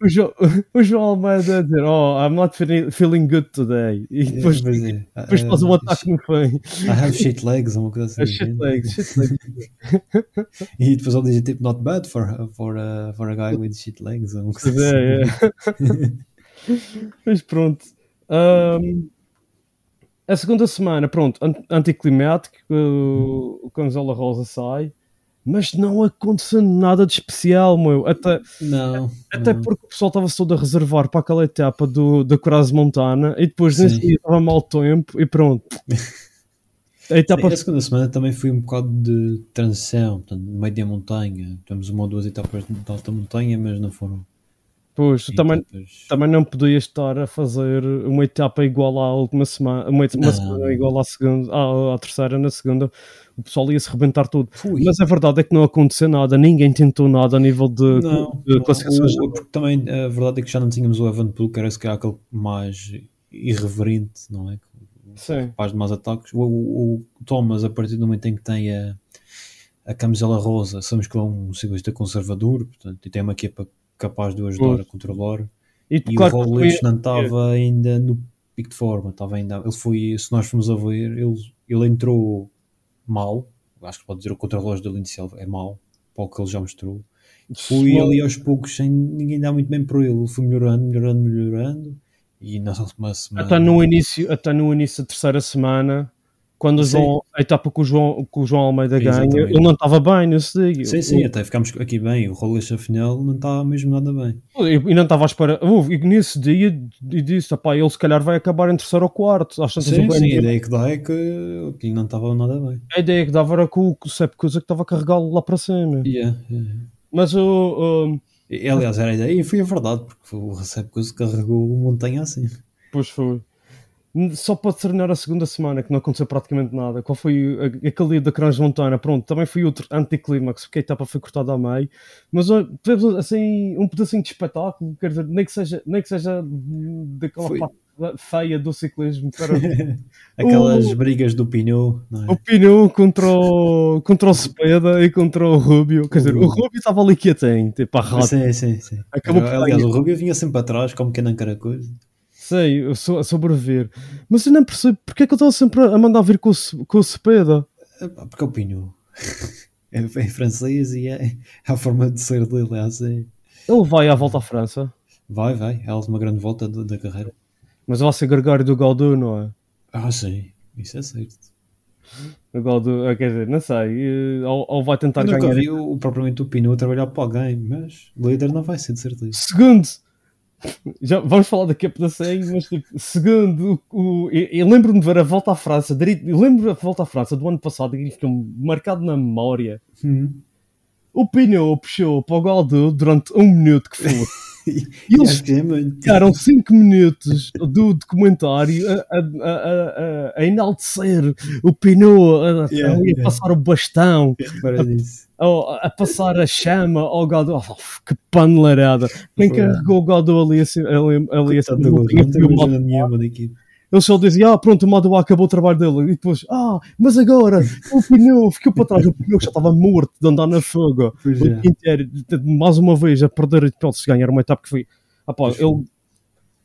o, Jo- o João Almeida a dizer, oh, I'm not feeling, feeling good today. E depois,
Mas é,
depois
ah,
faz um
ah,
ataque no fim.
I have shit legs, ou uma coisa assim.
É shit
entende?
legs, shit legs.
E depois ele diz tipo, not bad for, for, a- for a guy with shit legs, ou uma coisa assim.
É, é. Mas pronto. Ahm, a segunda semana, pronto, an- anticlimático, uh, o Gonzalo Rosa sai, mas não aconteceu nada de especial, meu. Até,
Não.
é. até
não.
porque o pessoal estava-se todo a reservar para aquela etapa do, da Cross Montana e depois nesse
Sim.
dia estava mau tempo e pronto. A etapa
Sim, a segunda semana também foi um bocado de transição, portanto, no meio da montanha. Tivemos uma ou duas etapas de alta montanha, mas não foram.
depois, tu também,
etapas-
também não podia estar a fazer uma etapa igual à última semana, uma, et- uma
Não.
semana igual à, segunda, à, à terceira, na segunda, o pessoal ia-se rebentar todo.
Fui.
Mas a verdade é que não aconteceu nada, ninguém tentou nada a nível de,
Não,
de
não,
classificações.
o- porque também a verdade é que já não tínhamos o Evan Poole, que era se calhar aquele mais irreverente, não é?
Sim,
Capaz de mais ataques. O, o- o Thomas, a partir do momento em que tem a, a camisola rosa, sabemos que ele é um ciclista conservador, portanto, e tem uma equipa capaz de o ajudar
Pois.
a controlar.
e,
E
claro
o
que
Roglic
foi- é.
não estava ainda no pico de forma, estava ainda. Ele foi, se nós formos a ver, ele, ele entrou mal. Acho que pode dizer o contra-relógio do Lindy Silva é mau, para o que ele já mostrou. Foi
Slow.
ele aos poucos, sem ninguém dar muito bem por ele. Ele foi melhorando, melhorando, melhorando. E na última semana.
até no início, até no início da terceira semana, quando o
Sim.
João, a etapa que o João, que o João Almeida ganha,
Exatamente.
ele não estava bem nesse dia.
Sim, sim, até ficámos aqui bem. O Roglic, afinal, não está mesmo nada bem.
E, e não estava à espera. Houve- e nesse dia e disse: "Epá, ele se calhar vai acabar em terceiro ou quarto. Às tantas o
Sim,
Glenn
sim, a
Miller-
ideia que dá é que que ele não estava nada bem.
a ideia que dava era que o Sepp Kusa que estava a carregá-lo lá para cima.
Yeah, yeah.
Mas o. o-
E, Aliás, era a ideia e foi a verdade, porque o Recep Coso carregou o montanha assim.
pois foi. Só para terminar a segunda semana, que não aconteceu praticamente nada, qual foi a- aquele dia da Crans Montana? Pronto, também foi outro anticlímax, porque a etapa foi cortada a meio. Mas ó, tivemos assim um pedacinho de espetáculo, quer dizer, nem que seja, nem que seja daquela
Foi.
parte feia do ciclismo para
Aquelas brigas do Pinot, não é?
O Pinu contra o, contra o Cepeda e contra o Rubio. Quer dizer, o Rubio estava ali quietinho, tipo, a rato.
Sim, sim, sim.
Acabou por
Aliás, o Rubio vinha sempre atrás, como quem não quer a coisa.
Sei, eu sou a sobreviver. Mas eu não percebo porque é que eu estava sempre a mandar vir com o, Ce- com o Cepeda.
Ah, pá, Porque é o Pinot. É, é francês e é é a forma de ser dele, é assim.
Ele vai à volta à França,
Vai, vai, é a última grande volta do- da carreira.
mas vai ser gregário do Gaudu, não é?
Ah, sim, isso é certo.
O Gaudu, ah, quer dizer, não sei. eh, Ou, ou vai tentar
Eu nunca
ganhar.
vi o, propriamente o Pinot trabalhar para alguém, mas líder não vai ser, de certeza.
Segundo, já vamos falar daqui a pedacinho, mas tipo, segundo, o, o- eu, eu lembro-me de ver a volta à França, direito- eu lembro a volta à França do ano passado e ficou marcado na memória.
Hum.
O Pinot puxou para o Galdu durante um minuto que foi. E eles Ah.
Acho que é muito.
ficaram 5 minutos do documentário a, a, a, a, a enaltecer o Pinot, a, a-
Yeah,
ali a
yeah.
passar o bastão,
Para disso.
a, a passar a chama ao Galdu. Oh, que panelarada! Quem
Foi.
carregou o Galdu ali assim? Ali, ali assim
Coitado do
não
Gozo,
tinha
não tem
nenhum modo.
ajuda nenhuma da equipe.
Eles só diziam, ah, pronto, o Modo acabou o trabalho dele. E depois, ah, mas agora o Pinot ficou para trás, o Pinot já estava morto de andar na fogo.
Pois
o
é.
dia inteiro, de- mais uma vez a perder e pode-se ganhar uma etapa que foi. Ah, pá, ele,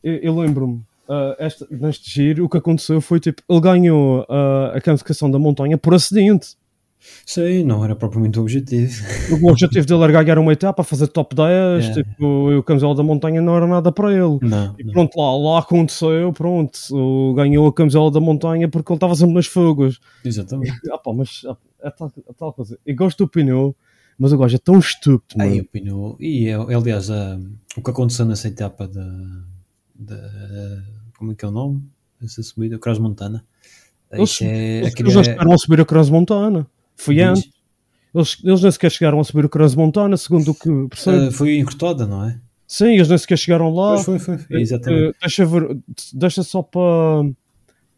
eu, eu lembro-me, ah, esta- neste giro, o que aconteceu foi tipo, ele ganhou ah, a classificação da montanha por acidente.
Sim, não era propriamente o objetivo.
O objetivo dele era ganhar uma etapa, fazer top 10,
É.
tipo, e o camisola da montanha não era nada para ele.
Não,
E
não.
pronto, lá, lá aconteceu, pronto, o- ganhou a camisola da montanha porque ele estava sempre nas fugas.
exatamente.
Ah pá, mas ah, é tal, é tal coisa. Eu gosto do pneu, mas o gajo é tão estúpido, mano.
Aí opinou. E é- aliás, a- o que aconteceu nessa etapa da, da- Como é que é o nome? Essa subida, Cross Montana.
Eles,
Isso é.
eles,
aquilo
eles não
é-
chegaram a subir a Cross Montana. Foi antes. Eles, eles nem sequer chegaram a subir o Cross Montana, segundo o que percebo.
Ah, foi encurtada, não é?
Sim, eles nem sequer chegaram lá.
Pois foi, foi. foi, Exatamente.
Eh, deixa, ver, deixa só para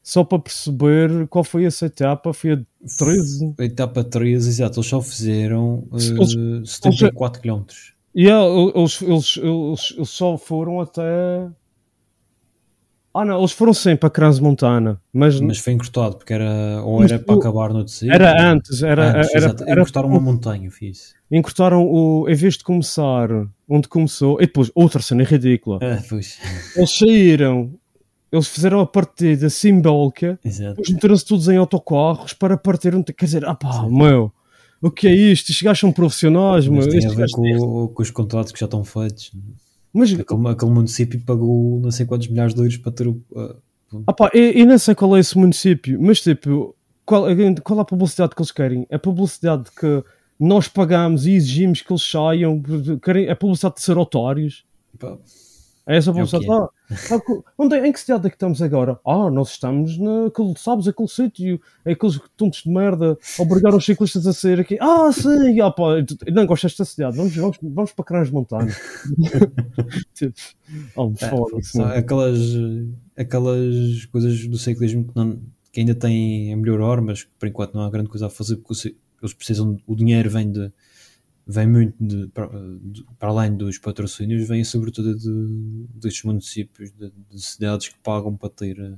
só para perceber qual foi essa etapa. Foi a de 13.
A etapa 13, exato, eles só fizeram ah,
Se eles-
74 km.
E yeah, eles, eles, eles, eles só foram até. Ah, não, eles foram sempre a Crans Montana, mas,
Mas foi encurtado, porque era. Ou
Mas
era para
o-
acabar no sítio.
era antes. Era,
Antes,
era,
exato.
era- tipo-
Encurtaram uma montanha, fiz.
encurtaram o. Em vez de começar onde começou, e depois outra cena ridícula.
Ah, pois.
Eles saíram, eles fizeram a partida simbólica,
Exato.
depois meteram-se todos em autocarros para partir. um te- Quer dizer, ah pá, meu, o que é isto? Estes gajos são profissionais, meu.
Mas tem a
estes
ver
gajos-
com, com os contratos que já estão feitos.
Mas,
Aquele, aquele município pagou não sei quantos milhares de euros para ter o. ah,
ah pá, eu, eu nem sei qual é esse município, mas tipo, qual, qual é a publicidade que eles querem? É a publicidade que nós pagamos e exigimos que eles saiam, querem, é a publicidade de ser otários.
pá,
É essa a
É o
publicidade.
que é.
Ah, sabe que- onde, é- em que cidade é que estamos agora? Ah, nós estamos naquele, sabes, aquele sítio, é aqueles tontos de merda, a obrigar os ciclistas a sair aqui. Ah, sim, ah, pá, eu não gosto desta cidade, vamos, vamos, vamos para Crans Montana. tipo, oh,
é,
foda-se,
são
mano.
aquelas, aquelas coisas do ciclismo que, não, que ainda têm a melhor hora, mas que por enquanto não há grande coisa a fazer porque o ci- eles precisam. O dinheiro vem de. Vem muito de- para, de- para além dos patrocínios, vem sobretudo de, destes municípios, de, de cidades que pagam para ter eh,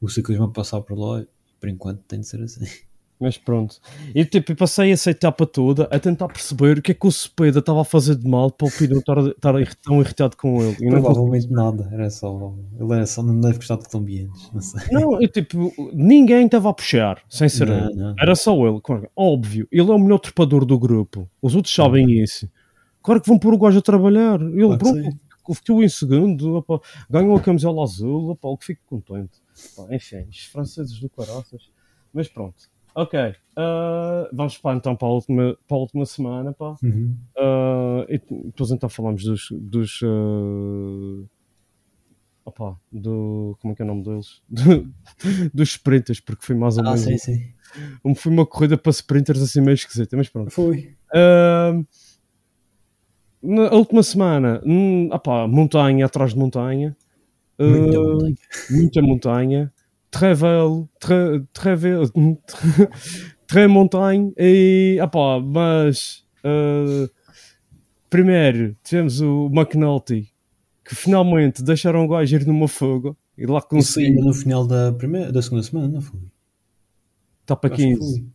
o ciclismo a passar por lá. Por enquanto tem de ser assim.
Mas pronto. E tipo, eu passei essa etapa toda a tentar perceber o que é que o Cepeda estava a fazer de mal para o Pino estar, estar irri- tão irritado com ele. E não consegui-
Provavelmente nada, era só. Ele era só, não deve gostar de colombianos, não sei.
Não, eu, tipo, ninguém estava a puxar,
Não,
sinceramente.
não.
Era só ele. Claro que- Óbvio, ele é o melhor trepador do grupo. Os outros sabem isso. Claro que vão pôr o gajo a trabalhar. Ele,
Claro que
pronto,
sim.
ficou em segundo, opa, ganhou a camisola azul, opa, o que fico contente. Opa, enfim, os franceses do caraças. Mas pronto. Ok, ah, vamos para, então para a última, para a última semana, pá.
Uhum.
Ah, e depois então falamos dos. dos ah, opá, do. Como é que é o nome deles? Do- dos sprinters, porque foi mais ou
Ah,
menos.
sim, sim.
um- Foi uma corrida para sprinters assim meio esquisita, mas pronto.
Foi.
Ah, na última semana, hum, opá, montanha atrás de montanha. Ah,
Muita montanha.
muita montanha. Travel, tre, travel, tre, montanha e, opá, mas ah, primeiro tivemos o McNulty que finalmente deixaram o gajo ir numa fuga e lá
Isso
conseguiu
ainda no final da, primeira, da segunda semana, não foi?
tá para
Acho que
15.
foi.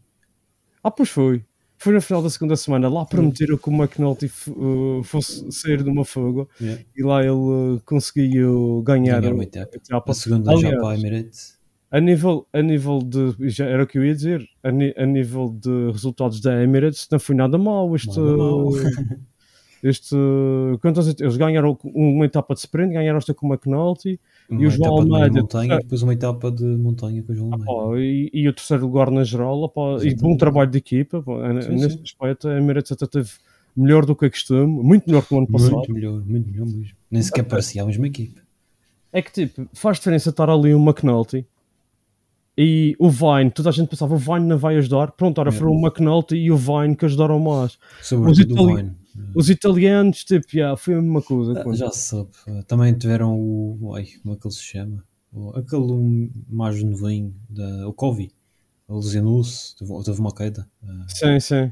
Ah, pois foi. Foi no final da segunda semana, lá prometeram que o McNulty f- ah, fosse sair numa fuga
Yeah.
e lá ele ah, conseguiu ganhar,
Ganharam
a
É. uma etapa.
etapa.
A segunda já
Aliás,
para a Emirates.
A nível, a nível de. Já era o que eu ia dizer. A, ni- a nível de resultados da Emirates, não foi nada mal. Este.
Nada mal.
este quantas, et- eles ganharam um, uma etapa de sprint, ganharam esta com o McNulty.
Uma
o João
etapa de meia
Almeida- Ah,
montanha, depois uma etapa de montanha com o João Almeida.
pá, e, e o terceiro lugar na geral. pá, e
Exatamente.
bom trabalho de equipa. pá, n-
Sim,
nesse
sim.
aspecto, a Emirates até teve melhor do que a costume, muito melhor que o ano passado.
muito melhor, muito melhor mesmo. Nem sequer parecia a mesma equipe.
É que tipo, faz diferença estar ali o McNulty e o Vine, toda a gente pensava o Vine não vai ajudar. Pronto, ora foram o McNulty e o Vine que ajudaram mais.
Sobretudo o
itali-
Wine.
Os italianos, tipo, yeah, foi a mesma coisa.
Ah,
quando-
Já se sabe. Também tiveram o. Ai, como é que ele se chama? O- Aquele um mais novinho, da, o Covid. Ele lesionou-se, teve, teve uma queda. Ah,
Sim, sim.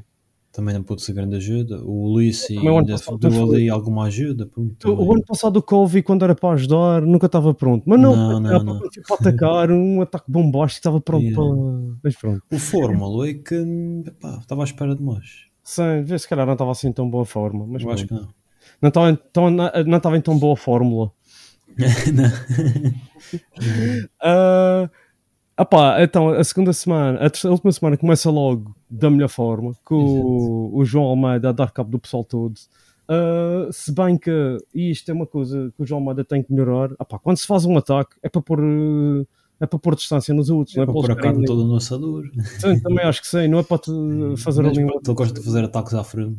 também não pôde ser grande ajuda. O Luís
Também o ano
ainda
passado
deu
foi-
ali alguma ajuda. pronto,
O- O
também.
ano passado o Covid, quando era para ajudar, nunca estava pronto. Mas não,
Não,
quando
não,
era para-
não.
quando foi para atacar, um ataque bombástico, estava pronto
Yeah.
para. Mas pronto.
O Fórmula é que epá, estava à espera de nós.
Sim, vê, se calhar não estava assim em tão boa forma. Mas
Eu acho
pronto.
que não.
não estava em tão- não estava em tão boa fórmula.
Não.
Ah, Ah pá, então a segunda semana, a, terceira- a última semana começa logo da melhor forma, com o, o João Almeida a dar cabo do pessoal todo. Ah, se bem que, e isto é uma coisa que o João Almeida tem que melhorar, ah pá, quando se faz um ataque é para pôr, eh, é para pôr distância nos outros, não é
Para pôr a
para
carne
eles
toda no assador.
caírem. Também acho que sim, não é para te fazer
Hum, Mas
ali um
pronto, Ele gosta de fazer ataques à frente.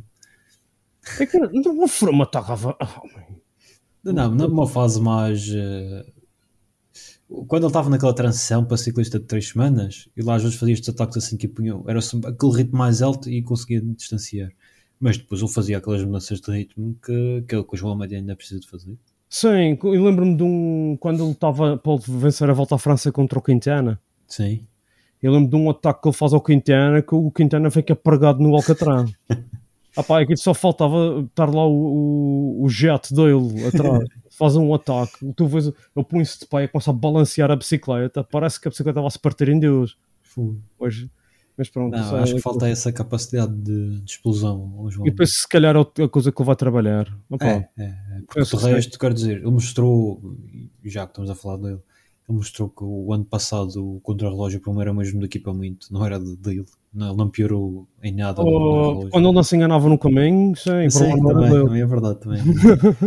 É que não vou furar uma tarrafa. Ah, homem.
Não, numa fase mais. eh, Quando ele estava naquela transição para ciclista de três semanas, e lá às vezes fazia estes ataques assim que punham, era sempre aquele ritmo mais alto e conseguia distanciar. Mas depois ele fazia aquelas mudanças de ritmo que, que é o que o João Almeida ainda precisa de fazer.
Sim, e lembro-me de um. Quando ele estava para vencer a volta à França contra o Quintana.
Sim.
Eu lembro de um ataque que ele faz ao Quintana que o Quintana fica pregado no Alcatrão. ah pá, aqui só faltava estar lá o, o, o jet dele atrás. Faz um ataque, tu vês, ele põe-se de pé e começa a balancear a bicicleta. Parece que a bicicleta vai se partir em Deus. Hoje. Mas pronto,
Não,
isso é-
acho que falta essa capacidade de, de explosão ao João
E penso se calhar é a coisa que ele vai trabalhar. Ah, pá.
É, é, é. Porque
Penso
o
que sim.
resto, quero dizer, ele mostrou, já que estamos a falar dele, ele mostrou que o ano passado o contrarrelógio para mim era mesmo do equipamento, não era de- dele. Não, ele não piorou em nada. no
Ou,
contrarrelógio.
Oh, quando ele não se enganava no caminho, sim,
Sim,
por
também,
também,
também é verdade também.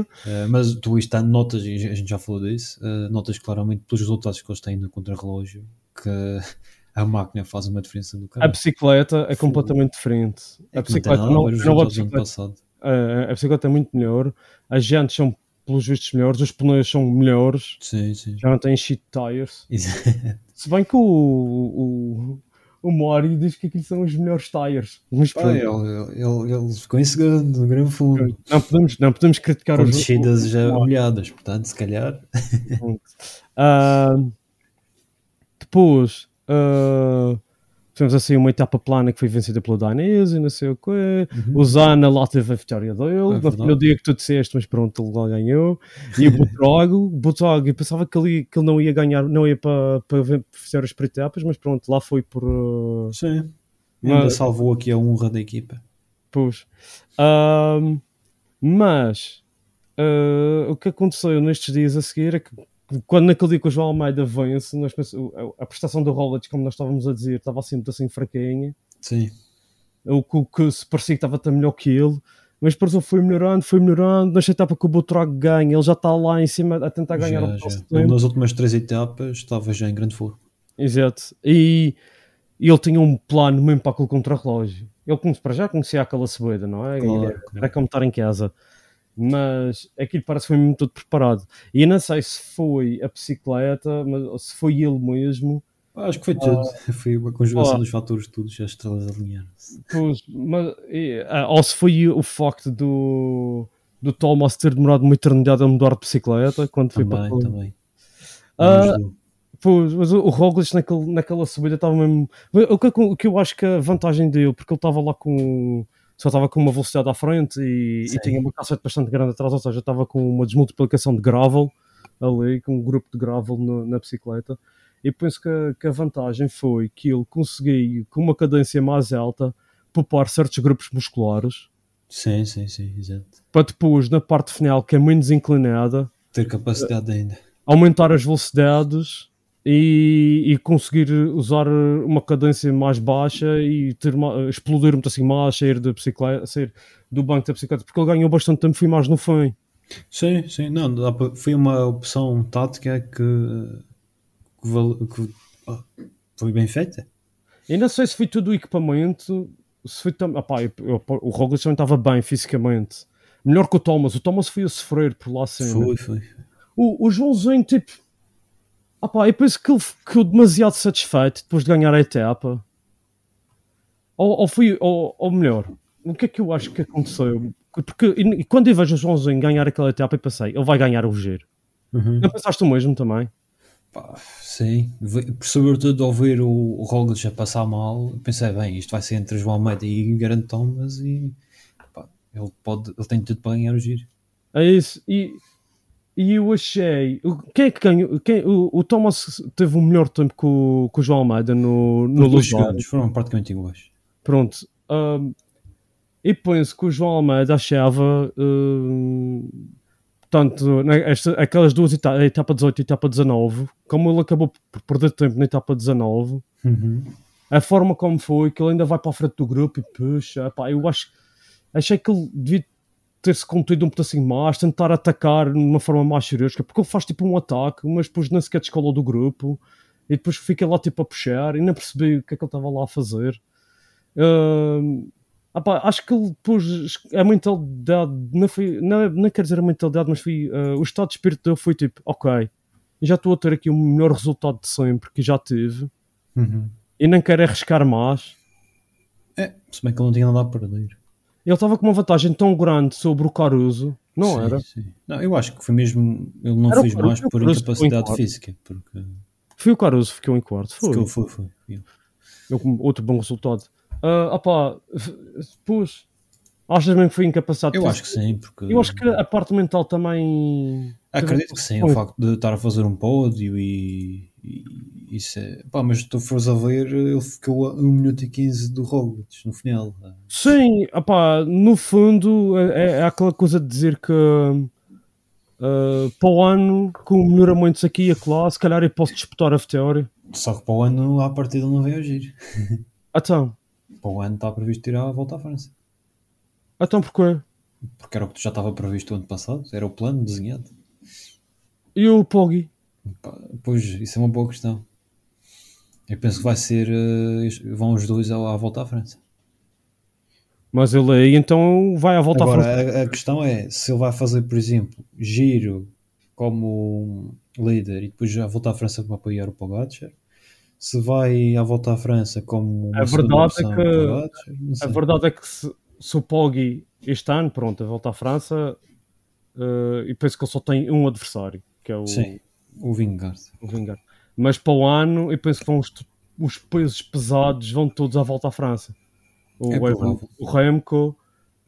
Eh, mas tu isto há notas, e a gente já falou disso, eh, notas claramente pelos resultados que eles têm no contrarrelógio que a máquina faz uma diferença no
A
caralho.
bicicleta é completamente diferente.
É
a
que não tem
bicicleta
nada a
não,
ver os
não, a
resultados do ano
bicicleta,
passado.
a, a bicicleta é muito melhor, as jantes são pelos vistos melhores, os pneus são melhores,
Sim, sim.
já não tem shit tires.
Isso-
Se bem que o, o, o Mori diz que aquilo são os melhores tires. Mas
Pá,
pronto,
ele, ele, ele ficou em segundo, no grande fundo.
não, podemos, não podemos criticar
com
os
descidas já
o-
molhadas, portanto, se calhar.
Ah, depois ah, tivemos assim uma etapa plana que foi vencida pelo Dainese e não sei o quê. O Zana lá teve a vitória dele.
verdade.
no dia que tu disseste, mas pronto, ele lá ganhou. E o Botrago, Botrago, eu pensava que ele, que ele não ia ganhar, não ia para, para ven- fazer as etapas, mas pronto, lá foi por. ah,
Sim. Ainda
Mas-
salvou aqui a honra da equipa.
Pois. Ahm, mas ah, o que aconteceu nestes dias a seguir é que quando naquele dia que o João Almeida vence, nós pensamos- a a prestação do Rollins, como nós estávamos a dizer, estava assim muito assim fraquinha.
Sim.
O que, o que se parecia que estava até melhor que ele. Mas depois ele foi melhorando, foi melhorando. Nesta etapa que o Botrago ganha, ele já está lá em cima a tentar ganhar
Já,
o
já.
próximo
Ele
tempo.
Nas últimas três etapas estava já em grande forma.
Exato. E e ele tinha um plano mesmo para aquele contrarrelógio. Ele como- para já conhecia aquela ceboeda, não é?
Claro,
Ele era-
claro.
era como estar em casa. Mas aquilo parece que foi mesmo todo preparado. E eu não sei se foi a bicicleta, mas ou se foi ele mesmo.
Pá, Acho que foi tudo. Foi uma conjugação
Ah.
dos fatores, tudo, já as estrelas alinharam.
Pois, mas, e, ah, ou se foi o facto do, do Thomas ter demorado uma eternidade a mudar de bicicleta quando foi para
Também,
aquele-
também.
Ah,
Não ajudou.
Pois, mas o o Roglic naquele, naquela subida estava mesmo. O que, o que eu acho que a vantagem dele, porque ele estava lá com. Só estava com uma velocidade à frente e, e
Sim.
tinha uma cassete bastante grande atrás, ou seja, estava com uma desmultiplicação de gravel ali, com um grupo de gravel no- na bicicleta. E penso que, a- que a vantagem foi que ele conseguiu, com uma cadência mais alta, poupar certos grupos musculares
Sim, sim, sim, exato.
para depois, na parte final, que é menos inclinada,
Ter capacidade ainda.
aumentar as velocidades e, e conseguir usar uma cadência mais baixa e ter ma- explodir muito assim mais, sair, da bicicleta, sair do banco da bicicleta, porque ele ganhou bastante tempo, fui mais no fim.
Sim, sim, não, dá pra- foi uma opção tática que, que val- que, ah, foi bem feita.
E não sei se foi tudo o equipamento, se foi tam... Opá, eu- eu- o Roglic também estava bem fisicamente. Melhor que o Thomas, o Thomas foi a sofrer por lá sempre.
Foi, foi.
O, o Joãozinho, tipo. Ah pá, eu penso que ele ficou demasiado satisfeito depois de ganhar a etapa. Ou, ou fui. Ou, ou melhor, o que é que eu acho que aconteceu? Porque e- e quando eu vejo o Joãozinho ganhar aquela etapa, eu pensei, ele vai ganhar o giro.
Uhum.
Não pensaste o mesmo também?
Pá, Sim, Ve- sobretudo ao ver o, o Roglic a passar mal, pensei, bem, isto vai ser entre João Almeida e Garant Thomas e pá, ele, pode, ele tem tudo para ganhar o giro.
É isso. E, e eu achei. o- Quem é que ganhou? Quem, o, o Thomas teve o melhor tempo com o, com o João Almeida no, no
Os dois
Lugano.
segundos foram praticamente iguais.
Pronto. hum, e penso que o João Almeida achava hum, Portanto, na- esta- aquelas duas etapas, a etapa 18 e a etapa 19, como ele acabou por perder tempo na etapa 19,
Uhum.
a forma como foi, que ele ainda vai para a frente do grupo e puxa, pá, eu acho achei que ele devia ter-se contido um pedacinho mais, tentar atacar de uma forma mais cirúrgica, porque ele faz tipo um ataque, mas depois nem sequer descolou do grupo e depois fica lá tipo a puxar e não percebi o que é que ele estava lá a fazer. Ahm, ah pá, acho que ele depois a mentalidade não foi, não, é, não quero dizer a mentalidade, mas foi ah, o estado de espírito dele foi tipo, ok, já estou a ter aqui o melhor resultado de sempre que já tive
Uhum.
e não quero arriscar mais.
É, se bem que ele não tinha nada a perder.
Ele estava com uma vantagem tão grande sobre o Caruso, não
Sim,
era?
sim. Não, eu acho que foi mesmo. Ele não
Era o
fez
Caruso,
mais por
Caruso ficou em
incapacidade
quarto.
física. Porque
Foi o Caruso que ficou em quarto, foi.
ficou- foi, foi. Ele-
Eu com outro bom resultado. Ah, opá, pois, achas mesmo que foi incapacitado?
Eu acho que sim, porque.
Eu acho que a parte mental também...
Acredito que sim, o
Foi.
facto de estar a fazer um pódio e, e- isso é. Pá, mas tu fores a ver, ele ficou a 1 minuto e 15 do Roglic no final. é?
Sim, opá, no fundo é, é aquela coisa de dizer que ah, para o ano, com melhoramentos aqui e acolá, se calhar eu posso disputar a vitória.
Só que para o ano, à partida, ele não vai agir.
Então,
Para o ano está previsto tirar a volta à França.
então porquê?
Porque era o que já estava previsto o ano passado, era o plano desenhado.
E o Poggi?
Pá, Pois, isso é uma boa questão. Eu penso que vai ser. eh, este- vão os dois à, à volta à França.
Mas ele aí então vai à volta à frente.
Agora, a, a questão é se ele vai fazer, por exemplo, giro como um líder e depois à volta à França para apoiar o Pogacar. Se vai à volta à França como uma
A
segunda
verdade
opção
é
para
que-
o Pogacar, não
A
sei.
verdade é que se, se o Poggi este ano, pronto, a volta à França, eh, e penso que ele só tem um adversário, que é o,
Sim, o Vingard.
o Vingar. Mas para o ano, eu penso que vão os, os pesos pesados vão todos à volta à França. O,
É
Evan-
provável.
o Remco.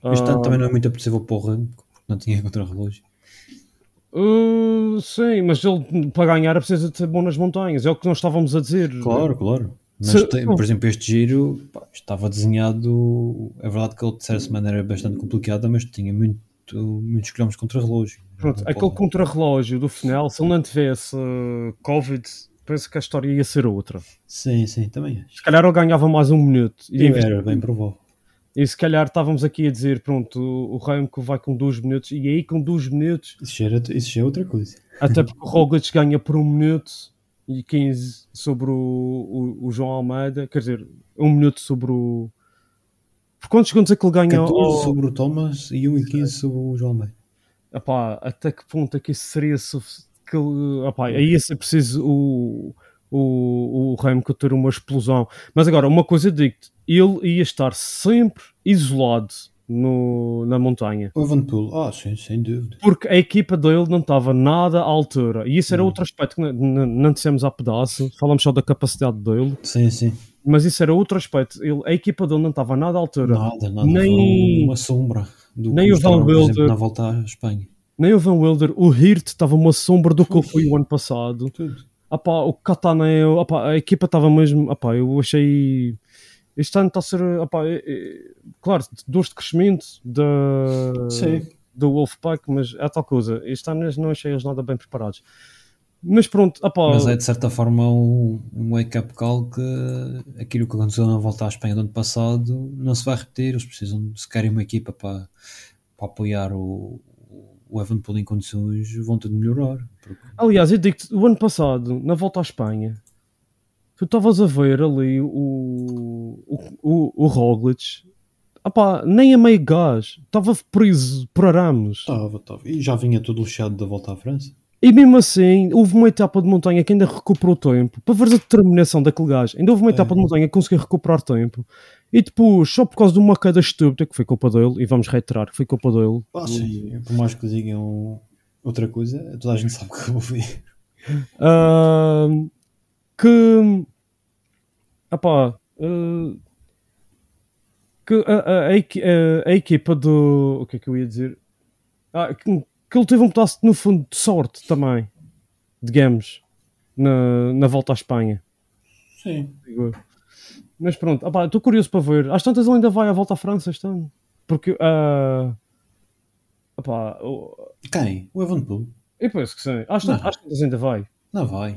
Este ano
ah,
também não é muito apetecível para o Remco, porque não tinha contra-relógio.
eh, sim, mas ele para ganhar precisa de ser bom nas montanhas, é o que nós estávamos a dizer.
Claro, claro. Mas,
Se-
tem- por exemplo, este giro pá, estava desenhado. É verdade que ele, de certa maneira, era bastante complicada, mas tinha muito, muitos quilómetros contra relógio.
Pronto, aquele contrarrelógio do final, se ele não tivesse eh, Covid, penso que a história ia ser outra.
Sim, sim, também acho.
Se calhar ele ganhava mais um minuto. E em vez
Era né? bem provável.
E se calhar estávamos aqui a dizer, pronto, o Remco vai com dois minutos, e aí com dois minutos,
Isso já, era, isso já é outra coisa.
até porque o Roglic ganha por um minuto e 15 sobre o, o- o João Almeida, quer dizer, um minuto sobre o... Por quantos segundos é que ele ganha?
14
ao-
sobre o Thomas e 1 e 15 sobre o João Almeida.
Epá, até que ponto é que isso seria suficiente? Aí ia ser preciso o, o, o Remco ter uma explosão. Mas agora, uma coisa digo-te, ele ia estar sempre isolado no- na montanha.
O Evanpool, ah, sim, sem dúvida.
porque a equipa dele não estava nada à altura. E
Hum.
isso era outro aspecto que n- n- não dissemos a pedaço, falamos só da capacidade dele,
Sim, sim.
mas isso era outro aspecto. Ele- a equipa dele não estava nada à altura.
Nada, nada.
Nem-
Foi Uma sombra do
nem
que
o Van
mostraram, por exemplo,
Wilder.
na volta à Espanha.
Nem o Van Wilder, o Hirt estava uma sombra do que eu fui o ano passado.
Tudo.
Apá, o Cataneo, apá, a equipa estava mesmo. Apá, eu achei. Este ano está a ser. Apá, é- é- claro, dores de crescimento da,
Sim.
do Wolfpack, mas é tal coisa. Este ano eu não achei eles nada bem preparados. Mas pronto, apá,
Mas é de certa forma um, um wake-up call que aquilo que aconteceu na volta à Espanha do ano passado não se vai repetir. Eles precisam, se querem uma equipa para, para apoiar o, o Evenpool em condições, vão ter de melhorar. Porque
Aliás, eu digo-te, o ano passado, na volta à Espanha, tu estavas a ver ali o, o, o, o Roglic, Apá, nem a meio gás, estava preso por arames.
estava, estava. E já vinha todo lixado da volta à França.
E mesmo assim, houve uma etapa de montanha que ainda recuperou tempo, para ver a determinação daquele gajo, ainda
É.
houve uma etapa de montanha que conseguiu recuperar tempo, e depois, só por causa de uma queda estúpida, que foi culpa dele, e vamos reiterar que foi culpa dele,
Ah, sim. Por mais que digam outra coisa, toda a gente sabe que eu vou ver.
Ahm, que apá, ah, que a, a- a equi- a- a equipa do o que é que eu ia dizer Ah, que, que ele teve um pedaço no fundo de sorte também digamos na, na volta à Espanha
Sim.
digo eu. mas pronto, apá, estou curioso para ver às tantas ele ainda vai à volta à França este ano porque ah, Epá, eu,
Quem? O Evanpool?
eu penso que sim. Acho, que-
Não.
acho que ainda vai.
Não vai.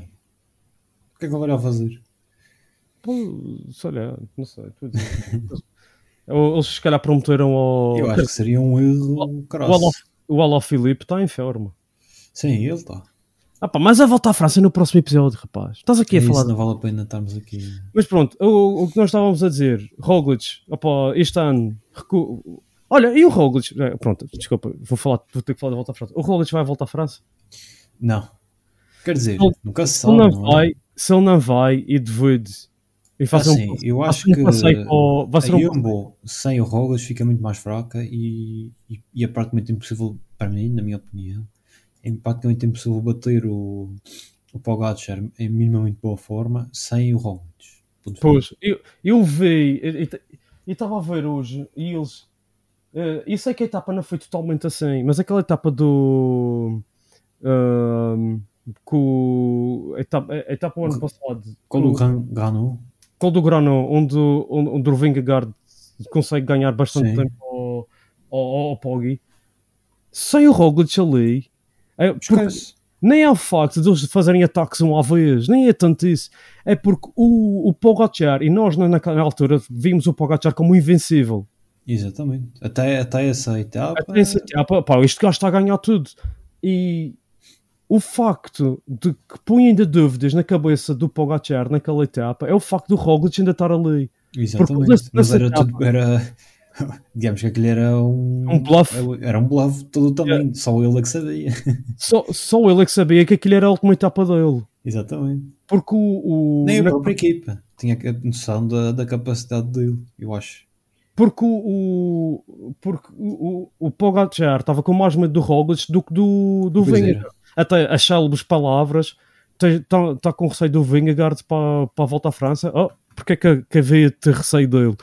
O que é que ele vai lá fazer?
Pô, sei lá, não sei. estou a dizer. Ou Eles se calhar prometeram ao.
Eu acho que seria um erro
O Aló-
cross.
o Aló Filipe está em forma.
Sim, ele tá. está.
Ah, pá, mas a volta à França no próximo episódio, rapaz. Estás aqui a
É Isso
falar.
Não vale a pena estarmos aqui.
Mas pronto, o, o que nós estávamos a dizer, Roglic, opa, este ano. recu- Olha, e o Roglic? É, Pronto, desculpa, vou, falar, vou ter que falar da volta à França. O Roglic vai à volta à França?
Não. Quer dizer,
Ele-
nunca se
Se ele
sabe.
não
Não é?
vai, se ele não vai e devido. E fazer
Assim,
um,
eu acho
fazer um
que
passeio ao- vai ser
a
um
Jumbo sem o Rogas fica muito mais fraca e, e, e é praticamente impossível, para mim, na minha opinião, é praticamente impossível bater o, o Pogacar em minimamente boa forma sem o Rogas.
Pois, eu, eu vi, e- e- e estava a ver hoje, e eles. eh, eu sei que a etapa não foi totalmente assim, mas aquela etapa do. ehm, com. A etapa, a etapa do ano passado.
Quando o Gan- Ganu,
com o do Grano, onde, onde, onde o Vingegaard consegue ganhar bastante
Sim.
tempo ao, ao, ao Poggi, sem o Roglic ali. é, porque-
esquece.
nem é o facto de eles fazerem ataques uma vez, nem é tanto isso. É porque o, o Pogacar, e nós na- naquela altura vimos o Pogacar como invencível.
Exatamente. Até, até essa etapa.
Até esse- ah, pá, pá, este gajo está a ganhar tudo. E o facto de que põe ainda dúvidas na cabeça do Pogacar naquela etapa é o facto do Roglic ainda estar ali.
Exatamente.
nesse-
Mas
nessa
era
etapa-
tudo. Era, digamos que aquele era um.
Um bluff.
Era um bluff todo também. Só ele é que sabia.
Só, só ele é que sabia que aquilo era a última etapa dele.
Exatamente.
Porque o, o-
Nem a
na-
própria equipa tinha a noção da, da capacidade dele, eu acho.
Porque o, o- porque o, o, o Pogacar estava com mais medo do Roglic do que do, do
Pois
Vingegaard. Até as célebres palavras, está tá com receio do Vingegaard para, para a volta à França. Oh, porque é que, que havia de ter receio dele?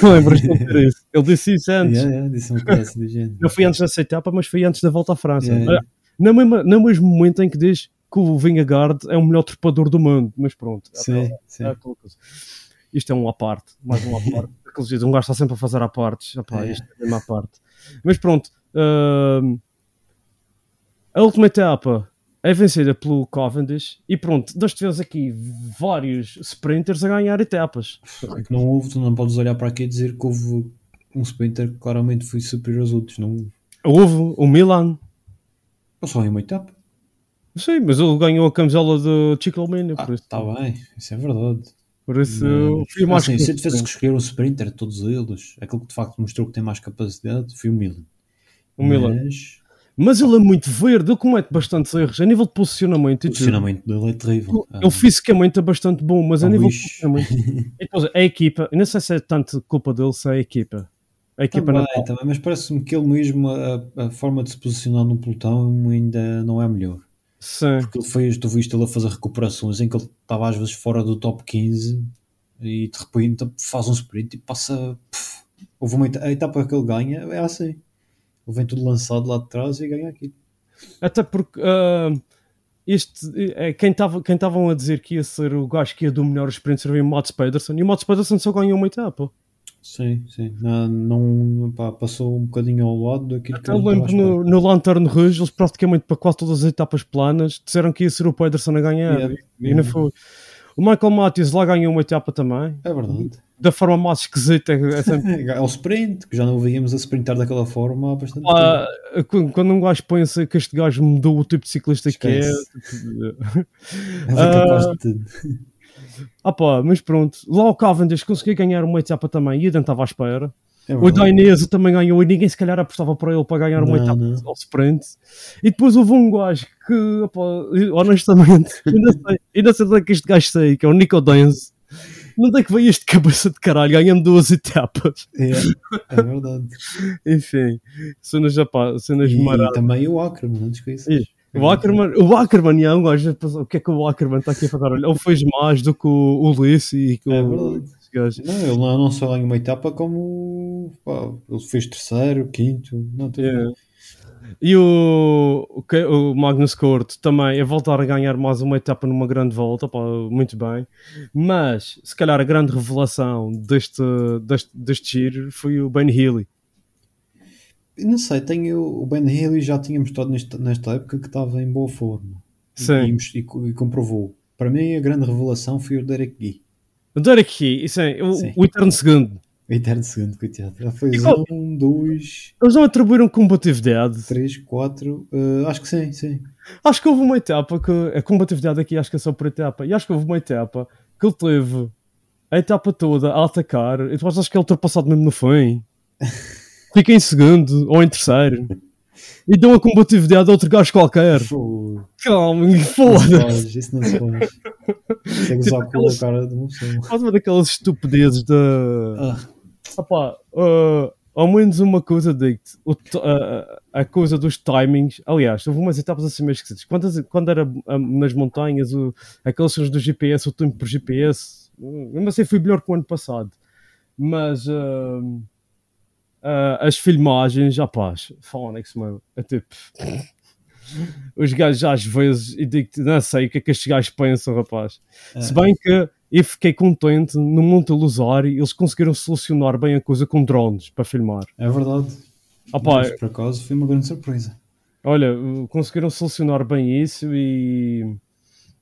Lembras de ele dizer isso? Ele disse isso antes.
Yeah, yeah, disse uma coisa assim do género.
Não foi antes dessa etapa, mas foi antes da volta à França. Ah,
Yeah, yeah.
No, mesmo, no mesmo momento em que diz que o Vingegaard é o melhor trepador do mundo. Mas pronto.
Sim, sim.
É aquela coisa. Isto é um à parte, mais um à parte. Aqueles dias, um gajo está sempre a fazer à partes. Epá,
É.
Isto é mesmo à parte. Mas pronto, hum, a última etapa é vencida pelo Cavendish. E pronto, nós tivemos aqui vários sprinters a ganhar etapas.
É que não houve, tu não podes olhar para aqui e dizer que houve um sprinter que claramente foi superior aos outros. Não houve.
Houve o Milan,
Ou só em uma etapa.
sim, mas ele ganhou a camisola do Chico Alumínio,
Ah,
por isso,
está bem, isso é verdade.
por isso
Mas,
fui mais
assim,
que-
se eu tivesse que escolher um sprinter, todos eles, aquele que de facto mostrou que tem mais capacidade, foi o Milan.
o Milan.
Mas
Mas ele é muito verde, ele comete bastantes erros a nível de posicionamento
o
e tudo.
posicionamento dele é terrível.
Ele fisicamente é bastante bom, mas a
Ah,
nível
Luís.
posicionamento. E depois, a equipa, eu não sei se é tanto culpa dele, se é a equipa. A equipa
Também,
não.
É, também, mas parece-me que ele mesmo, a, a forma de se posicionar no pelotão ainda não é a melhor.
Sim.
Porque ele fez, tu viste ele a fazer recuperações em que ele estava às vezes fora do top 15 e de repente faz um sprint e passa. puf. houve uma etapa, a etapa que ele ganha é assim. Ele vem tudo lançado lá de trás e ganha aqui.
Até porque ah, este, é, quem estavam quem estavam a dizer que ia ser o gajo que ia dominar os sprints era o Mats Pedersen e o Mats Pedersen só ganhou uma etapa.
Sim, sim. Não, não- pá, passou um bocadinho ao lado daquilo que é.
Eu
não
lembro
estava à espera.
no, no Lantern Rouge, eles praticamente para quase todas as etapas planas disseram que ia ser o Pedersen a ganhar
Yeah.
e, e não foi. O Michael Matthews lá ganhou uma etapa também,
É verdade.
da forma mais esquisita. É sempre
É o sprint, que já não o víamos a sprintar daquela forma há bastante tempo.
Pá, quando quando um gajo pensa que este gajo mudou o tipo de ciclista
Esquece.
que é.
Ele é capaz de tudo.
Ah pá, mas pronto. Lá o Cavendish conseguiu ganhar uma etapa também e eu não estava à espera.
É
O
verdade.
Dainese também ganhou e ninguém se calhar apostava para ele para ganhar uma
Não,
etapa
não.
ao sprint. E depois houve um gajo que, ah pá, eu, honestamente, ainda sei, ainda sei onde é que este gajo sei, que é o Nico Dainese. Não é que veio este cabeça de caralho ganhando duas etapas.
É, é verdade.
Enfim, cenas, já pá, cenas
E
maradas.
também o Ackerman, não te esqueças.
Ih, O Ackerman, o Ackerman, é um gajo, o que é que o Ackerman está aqui a fazer? Ele fez mais do que o Ulisse e que
É
o,
verdade.
esse gajo.
Não, ele não, não só ganha uma etapa como pá, ele fez terceiro, quinto, não tem.
Yeah. E o, o, que- o Magnus Corto também a voltar a ganhar mais uma etapa numa grande volta, pá, muito bem. Mas se calhar a grande revelação deste, deste, deste giro foi o Ben Healy.
Não sei, tenho, o Ben Haley já tinha mostrado neste- nesta época que estava em boa forma. E-
Sim.
E, mos- e co- e comprovou. Para mim, a grande revelação foi o Derek Gui.
O Derek Key, isso é, o,
Sim.
o eterno segundo.
O eterno segundo, coitado. Já fez
E qual-
um, dois,
Eles não atribuíram combatividade.
três, quatro. eh, acho que sim, sim.
Acho que houve uma etapa que. A combatividade aqui acho que é só por etapa. E acho que houve uma etapa que ele teve a etapa toda a atacar. E depois acho que ele é ultrapassado mesmo no fim. Fica em segundo ou em terceiro. E deu uma combatividade a outro gajo qualquer.
Fogo.
Calma,
Não se
foda-se. Tipo
faz, Isso não se faz. Isso é gozar com a cara de uma pessoa.
Pode ver aquelas estupidezes da.
Ah,
Opa, ah, ao menos uma coisa digo-te. O t- ah, a coisa dos timings. Aliás, houve umas etapas assim meio esquisitas. Quantas, quando era ah, nas montanhas, o, aqueles sons do GPS, o tempo por GPS. hum, Mesmo assim, foi melhor que o ano passado. Mas ah, ah, as filmagens, rapaz, Phonics, mano. É tipo. Os gajos às vezes, e digo-te, não sei o que é que estes gajos pensam, rapaz. Se bem que eu fiquei contente no Monte Lusário, eles conseguiram solucionar bem a coisa com drones para filmar.
é verdade.
Ah, pá,
Mas, por acaso foi uma grande surpresa.
olha, uh, conseguiram solucionar bem isso e,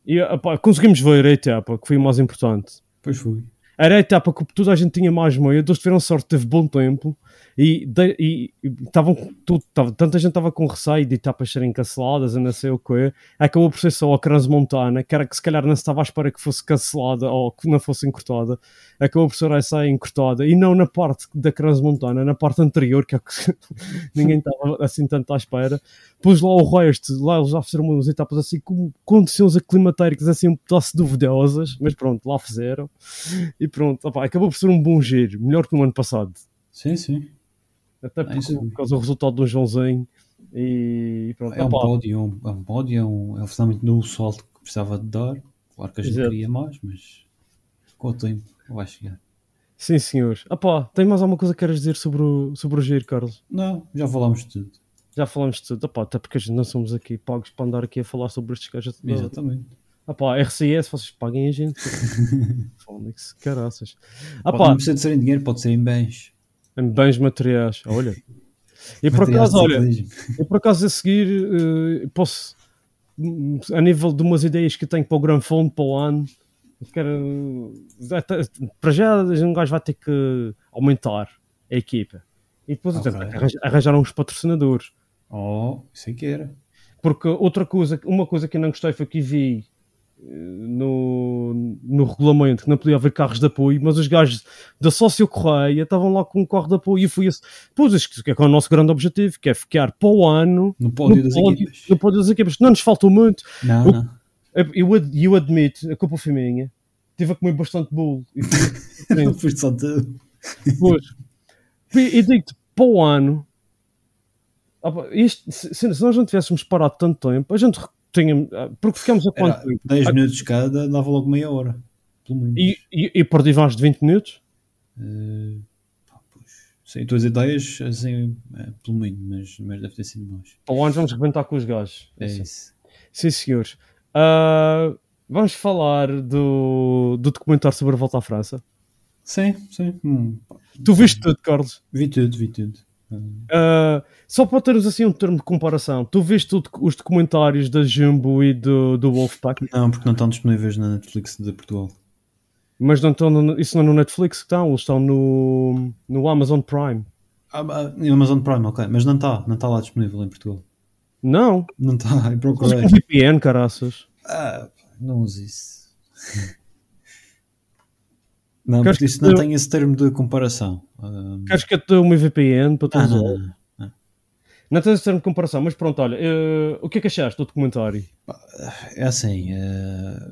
e ah, pá, conseguimos ver a etapa, que foi o mais importante.
Pois foi.
Era a etapa que toda a gente tinha mais medo, eles tiveram sorte, teve bom tempo e, de- e, e estavam com tudo, tava- tanta gente estava com receio de etapas serem canceladas, a não sei o quê. Acabou por ser só a Transmontana, que era que se calhar não se estava à espera que fosse cancelada ou que não fosse encurtada. Acabou por ser essa encurtada e não na parte da Transmontana, na parte anterior, que é que ninguém estava assim tanto à espera. Pus lá o resto, lá eles já fizeram umas etapas assim com condições aclimatéricas assim um pedaço duvidosas, mas pronto, lá fizeram. E pronto, opá, acabou por ser um bom giro, melhor que no ano passado.
Sim, sim.
Até
É
porque,
isso.
por causa do resultado do Joãozinho. E pronto,
É um
opá,
pódio, é um, é um pódio, é um, é um finalmente deu o salto que precisava de dar. Claro que a gente
Exato.
queria é mais, mas com o tempo vai chegar.
sim senhor. Opá, tem mais alguma coisa que queres dizer sobre o, sobre o giro, Carlos?
Não, já falámos de tudo.
Já falamos de tudo, opá, até porque a gente não somos aqui pagos para andar aqui a falar sobre estes gajos.
Exatamente.
Opá, RCS, vocês paguem a gente. Fónix, caraças.
Pode,
Opá,
não precisa de ser em dinheiro, pode ser em bens.
em bens materiais, olha. E por
Materiais
acaso,
de
olha,
atletismo.
Eu, por acaso, a seguir, eh, posso, hum, a nível de umas ideias que tenho para o Gran Fundo, para o ano, eu quero, até- para já, um gajo vai ter que aumentar a equipa. E depois,
Ok.
okay. arranjar, arranjar uns patrocinadores.
Oh, isso é que era.
Porque outra coisa, uma coisa que eu não gostei foi que vi eh, no, no regulamento que não podia haver carros de apoio, mas os gajos da Sócio Correia estavam lá com um carro de apoio e fui esse. Pois, isto que é que é o nosso grande objetivo, que é ficar para o ano
No pódio
no
das
pódio-
equipas.
no pódio das equipas. Não nos faltou muito.
Não,
O-
não.
Eu, eu, ad- eu admito, a culpa foi minha. Tive a comer bastante bolo. E fui-
Não foste só tu.
depois. E, e digo-te, para o ano, ah, pá, isto, se, se nós não tivéssemos parado tanto tempo, a gente tinha. ah, Porque ficámos a
Era
quanto tempo?
10
Ah,
minutos cada, dava logo meia hora. Pelo menos.
E, e, e perdi mais de 20 minutos?
Eh, pá, pois. Sei, tu as ideias, assim, é, pelo menos, mas, mas deve ter sido mais.
Para o ano vamos rebentar com os gajos.
É isso.
Sim, senhores. Ah, vamos falar do, do documentário sobre a volta à França.
Sim, sim. Hum, pá,
Tu viste tudo, Carlos?
vi tudo, vi tudo.
Uh, só para termos assim um termo de comparação, tu viste o doc- os documentários da Jumbo e do, do Wolfpack,
Não, porque não estão disponíveis na Netflix de Portugal.
mas não estão no- isso não é no Netflix que estão, eles estão no, no Amazon Prime.
Ah, ah, no Amazon Prime, ok. Mas não está, não está lá disponível em Portugal.
Não,
Não está, eu
eles
procurei.
com VPN, caraças.
Ah, pá, não uso isso. Não,
Queres
porque isso
que
não
eu-
tem esse termo de comparação. Ah,
Queres que eu te dê uma VPN para tu
ah,
usar?
não, não, não.
Não tens esse termo de comparação, mas pronto, olha, uh, o que é que achaste do documentário?
É assim, eh,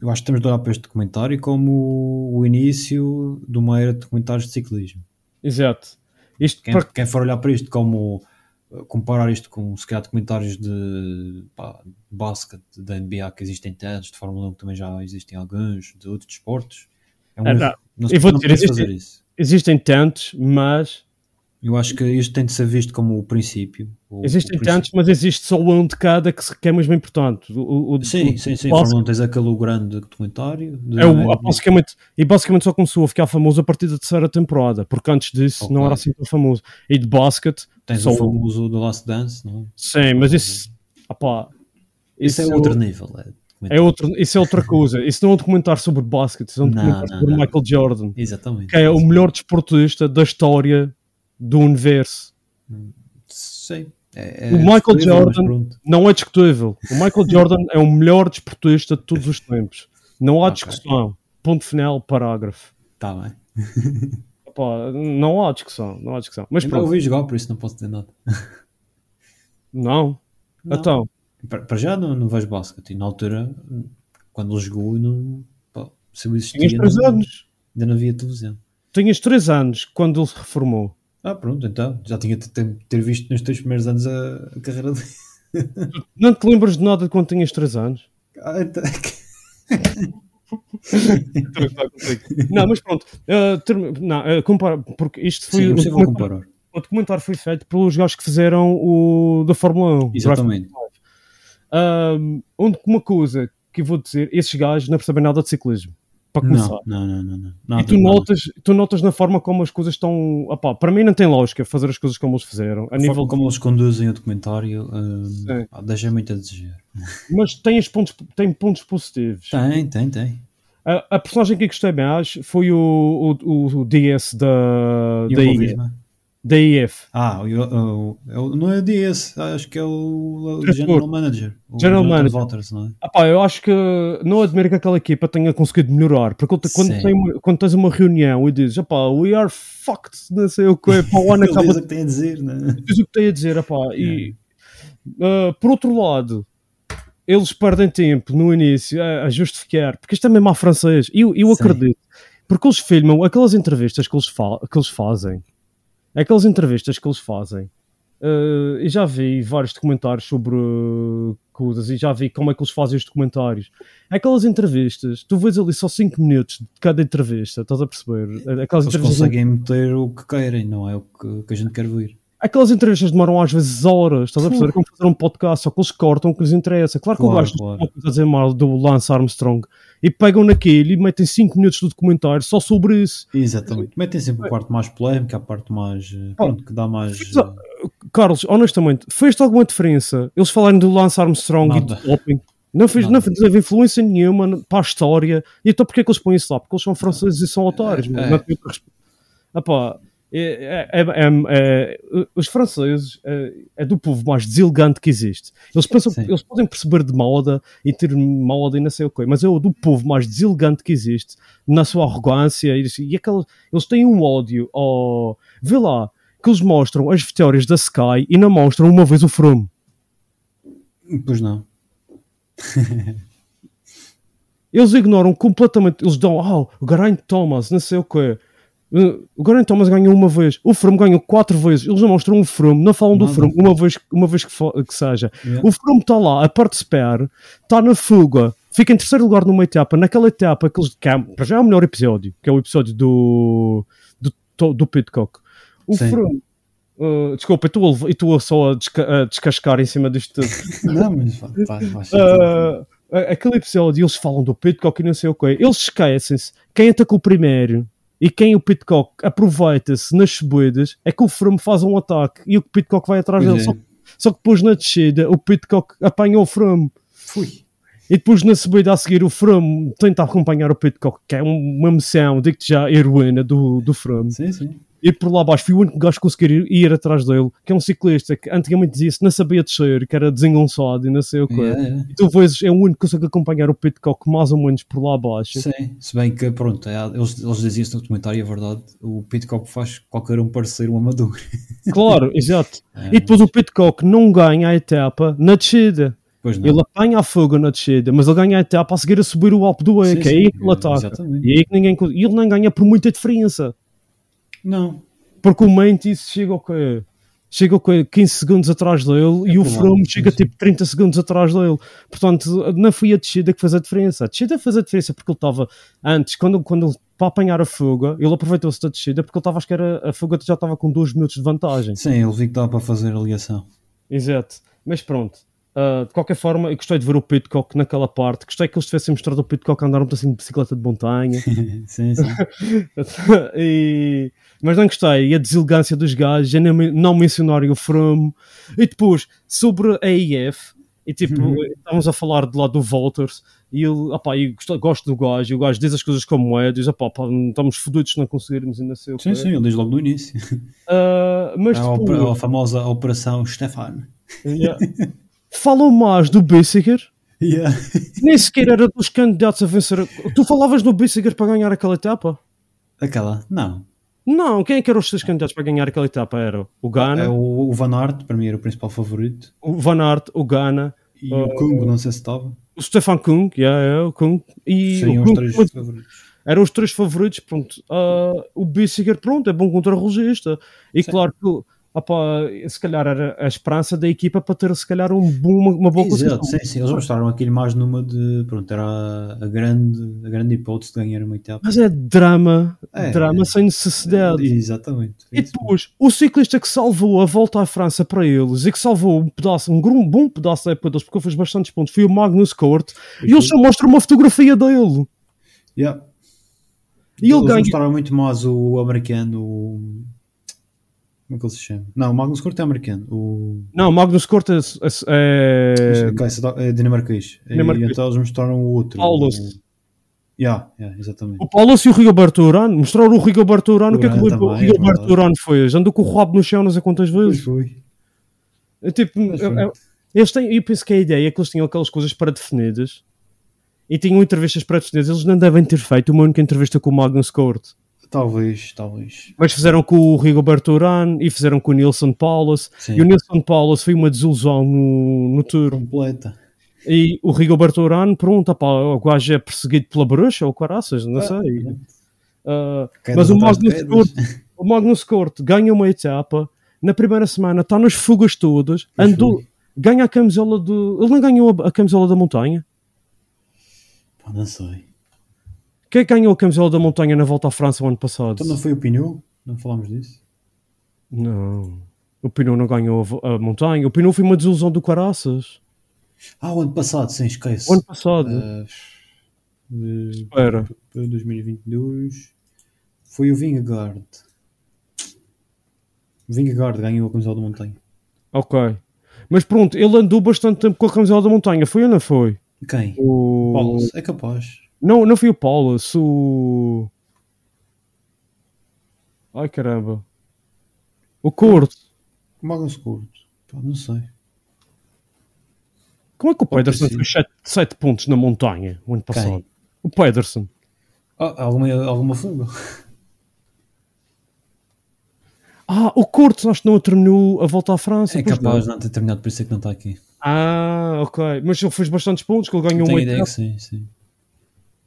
eu acho que temos de olhar para este documentário como o início de uma era de documentários de ciclismo.
Exato. Isto
Quem,
para-
quem for olhar para isto como eh, comparar isto com se calhar documentários de, pá, de basquete, da NBA que existem tantos, de Fórmula 1 que também já existem alguns, de outros desportos, é um
Ah,
erro.
não.
Não se
Eu vou
não
dizer,
podemos
existe-
fazer isso.
existem tantos, mas
Eu acho que isto tem de ser visto como o princípio. o-
Existem
o princípio.
tantos, mas existe só um de cada que, se- que é mesmo importante. O, o, o-
Sim, sim, sim.
posso-
Fórmula 1 tens aquele grande documentário. de-
É o, basicamente, e basicamente só começou a ficar famoso a partir da terceira temporada, porque antes disso não
Ok.
era assim tão famoso. E de basket,
Tens
só
o
um.
famoso do Last Dance, não?
é?
sim, mas isso, opá,
Isso é
isso-
outro nível. É,
É outro, isso é outra coisa. Isso não é um documentário sobre basquete, isso é um
Não,
documentário
não,
sobre
não.
Michael Jordan,
Exatamente.
que é o melhor desportista da história do universo.
Sim. É- é
O Michael
discutível, mas
Jordan-
pronto.
Não é discutível. O Michael Jordan é o melhor desportista de todos os tempos. Não há
Ok.
discussão. Ponto final, parágrafo.
Tá bem.
Opá, não há discussão, não há discussão. Mas
Eu não
pronto,
ouvi jogar, por isso não posso dizer nada.
não.
Não.
Então,
Para para já não, não vejo basquete. E na altura, quando ele jogou, não. Pá, se eu existia,
Tinhas três
não-
anos.
ainda não havia televisão.
tinhas 3 anos quando ele se reformou.
Ah, pronto, então. Já tinha de ter, ter visto nos teus primeiros anos a, a carreira dele.
Não te lembras de nada de quando tinhas 3 anos?
Ah, então-
não, mas pronto. eh, term- não, eh, compara, porque isto foi
Sim, é
o
impossível
documentário-
comparar.
o documentário foi feito pelos gajos que fizeram o da Fórmula 1.
Exatamente.
Ahm, Ah, onde uma coisa que eu vou dizer, esses gajos não percebem nada de ciclismo. Para começar.
Não, É um não, não, não. não.
E
Nada,
tu
nada.
notas, tu notas na forma como as coisas estão. opá, para mim não tem lógica fazer as coisas como eles fizeram. A
A
nível
forma como eles conduzem o documentário hum,
Sim.
pá, deixa muito a desejar.
Mas tem, os pontos, tem pontos positivos.
Tem, tem, tem.
A, a personagem que eu gostei mais foi o, o, o DS da,
E
da,
o
IE,
Movisma?
da IF.
Ah, o, o- é o- não é DS, acho que é o, o General
Transporte.
Manager. O
General
Jonathan
Manager.
Walters, não é?
Ah pá, eu acho que não admiro que aquela equipa tenha conseguido melhorar, porque quando- quando,
Sim.
tem uma- quando tens uma reunião e dizes, "Epá, we are fucked, não sei o que, pá, o ano
Ele
acaba
diz o que tem a dizer, não é?
diz o que tem a dizer, epá, e ah, por outro lado, eles perdem tempo no início a, a justificar, porque isto é mesmo à francês, e eu, eu
Sim.
acredito, porque eles filmam aquelas entrevistas que eles, fa- que eles fazem, aquelas entrevistas que eles fazem, ah, e já vi vários documentários sobre ah, coisas, e já vi como é que eles fazem os documentários. Aquelas entrevistas, tu vês ali só 5 minutos de cada entrevista, estás a perceber? Aquelas
Eles
entrevistas
conseguem meter o que querem, não é o que, que a gente quer ouvir.
Aquelas entrevistas demoram às vezes horas, estás a perceber?
Sim.
Como fazer um podcast, só que eles cortam o que lhes interessa. Claro que
Claro,
eu gosto
claro.
de uma coisa a dizer mal do Lance Armstrong e pegam naquele e metem 5 minutos do documentário só sobre isso.
Exatamente. Metem sempre a parte mais polémica, a parte mais. eh, Pronto, que dá mais. eh,
Exa- Carlos, honestamente, fez-te alguma diferença eles falarem do Lance Armstrong
Nada.
e do doping? Não fez, não
Nada.
fez teve influência nenhuma para a história. E então porquê é que eles põem isso lá? Porque eles são franceses e são otários.
É,
mano.
é.
Não tem outra resp- Ah pá, é- é- é- é- é- os franceses é, é do povo mais deselegante que existe. Eles, pensam,
Sim.
eles podem perceber de moda e ter moda e não sei o quê, mas é o do povo mais deselegante que existe na sua arrogância. E, e aquela- eles têm um ódio ao. Vê lá, que eles mostram as vitórias da Sky e não mostram uma vez o Froome.
Pois não.
Eles ignoram completamente. Eles dão, ah, o Geraint Thomas, não sei o quê. Uh, O Geraint Thomas ganhou uma vez, o Froome ganhou quatro vezes. Eles não mostram o Froome, não falam do
Nada.
Froome uma vez, uma vez que, fo- que seja.
Yeah.
O Froome está lá a participar, está na fuga, fica em terceiro lugar numa etapa. Naquela etapa que eles. Que é, para já é o melhor episódio, que é o episódio do. do, To- do Pitcock. O
Sim.
Froome. uh, desculpa, eu estou a lev- eu estou só a, desca- a descascar em cima disto tudo.
Não, mas pá, pá, faz sentido.
Ah, aquele episódio, eles falam do Pitcock e não sei o quê. Eles esquecem-se. Quem atacou primeiro e quem o Pitcock aproveita-se nas subidas é que o Froome faz um ataque e o Pitcock vai atrás
Pois
dele.
é.
Só, só que depois na descida o Pitcock apanha o Froome
Fui.
e depois na subida a seguir o Froome tenta acompanhar o Pitcock, que é um- uma missão, digo-te já, heroína do, do Froome.
Sim, sim.
E por lá abaixo fui o único gajo que conseguiu ir, ir atrás dele, que é um ciclista que antigamente dizia-se não sabia descer, que era desengonçado e não sei o quê.
Yeah, yeah.
E tu vês, é o único que consegue acompanhar o Pitcock mais ou menos por lá abaixo.
Sim, se bem que, pronto, é, eles, eles diziam isso no documentário, é verdade, o Pitcock faz qualquer um parecer um amador.
Claro, exato.
É.
E depois o Pitcock não ganha a etapa na descida.
Pois não.
Ele apanha a fuga na descida, mas ele ganha a etapa a seguir a subir o Alpe do
Sim,
E, que é
sim,
aí que ele ataca.
Exatamente.
E é aí que ninguém... co- E ele não ganha por muita diferença.
Não,
Porque o mente isso chega ao quê? chega o quê? 15 segundos atrás
É
dele e o
provável,
Froome
sim,
chega
sim.
tipo 30 segundos atrás dele. Portanto, não foi a descida que fez a diferença. A descida fez a diferença porque ele estava antes, quando, quando ele, para apanhar a fuga, ele aproveitou-se da descida porque ele estava, acho que era, a fuga já estava com 2 minutos de vantagem.
Sim, ele vi que dava para fazer a ligação.
Exato. Mas pronto. Ah, de qualquer forma, eu gostei de ver o Pitcock naquela parte. Gostei que eles tivessem mostrado o Pitcock a andar um pedacinho de bicicleta de montanha.
sim, sim.
E- Mas não gostei. E a deselegância dos gajos, já nem men- não mencionarem o Froome. E depois, sobre a IF, e tipo,
Uhum.
estávamos a falar de lá do Walters, e ele, opá, eu gosto, gosto do gajo, e o gajo diz as coisas como é, diz, opá, pá, estamos fodidos se não conseguirmos ainda ser o
Sim,
quê.
sim, É um ele diz logo no início.
Ah, mas
A, opera-
depois,
a famosa Operação Stefan.
yeah. falam mais do Bissiger,
Yeah.
Nem sequer era dos candidatos a vencer. Tu falavas no Bissiger para ganhar aquela etapa?
Aquela, não.
Não, quem é que eram os teus candidatos para ganhar aquela etapa? Era o
É
Ghana,
o, o Van Aert, para mim era o principal favorito.
o Van Aert, o Ghana,
E
Ah.
o Kungo, não sei se estava.
o Stefan Kung, yeah, yeah, o Kung, e
Seriam
o
os
Kung,
três
mas
favoritos.
eram os três favoritos. Pronto. Ah, o Bissiger, pronto, é bom contra-relogista. E claro que. opá, se calhar era a esperança da equipa para ter se calhar um bom, uma, uma boa posição.
Exato, sim, sim. Eles mostraram aquilo mais numa de. Pronto, era a, a grande, a grande hipótese de ganhar uma etapa.
Mas é drama,
É.
drama sem necessidade.
Exatamente.
E depois, o ciclista que salvou a volta à França para eles e que salvou um pedaço, um grum- bom pedaço da época deles, porque ele fez bastantes pontos, foi o Magnus Cort. E ele só mostra uma fotografia dele.
Yeah.
E ele
eles
ganha.
mostraram muito mais o americano. o- Como é que ele se chama? Não, o Magnus Kort é americano. O.
Não, Magnus Cort é, é- é-
É, é dinamarquês.
Dinamarquês.
E então eles mostraram o outro.
Paulus.
O... Yeah, yeah, exatamente.
O Paulo e o Rigoberto Urano. Mostraram o Rigoberto Urano. O que é que o
Urano também, é
Rigoberto
verdade.
Urano foi? Já Andou com o rabo no chão não sei quantas
Pois
vezes.
foi.
É tipo,
Pois foi.
é- é- eles têm, eu penso que a ideia é que eles tinham aquelas coisas pré-definidas e tinham entrevistas pré-definidas. Eles não devem ter feito uma única entrevista com o Magnus Cort.
Talvez, talvez.
Mas fizeram com o Rigoberto Urán e fizeram com o Nilson Paulus.
Sim.
E o Nilson Paulus foi uma desilusão no, no Tour.
Completa.
E o Rigoberto Urán, pronto, opá, o gajo é perseguido pela bruxa ou caraças, não sei. Ah, mas
Quedas
o
atrás de
Magnus,
quedas.
Cort, o Magnus Cort ganha uma etapa na primeira semana, está nas fugas todas, andou, ganha a camisola do. Ele não ganhou a, a camisola da montanha?
Pá, não sei.
Quem é que ganhou a camisola da montanha na volta à França o ano passado?
Então não foi o Pinot? Não falámos disso?
Não. O Pinot não ganhou a vo- a, montanha. O Pinot foi uma desilusão do Caraças.
Ah, o ano passado, sim, esquece.
O ano passado.
Ah, de-
Espera.
de 2022 foi o Vingegaard. O Vingegaard ganhou a camisola do Montanha.
Ok. Mas pronto, ele andou bastante tempo com a camisola da montanha. Foi ou não foi?
Quem?
O...
Paulus. É capaz.
Não, não foi o Paulo. O... Ai caramba. O Corto.
Magnus Curto. Pá, não sei.
Como é que o
Pode ter
Pedersen fez
sido.
7 pontos na montanha o ano passado?
Quem?
O Pedersen.
Ah, alguma, alguma fuga?
Ah, o Corto acho que não terminou a volta à França.
É
pois
capaz de
não.
não ter terminado, por isso é que não está aqui.
Ah, ok. Mas ele fez bastantes pontos, que ele ganhou
Tenho
uma
ideia
etapa.
que sim, sim.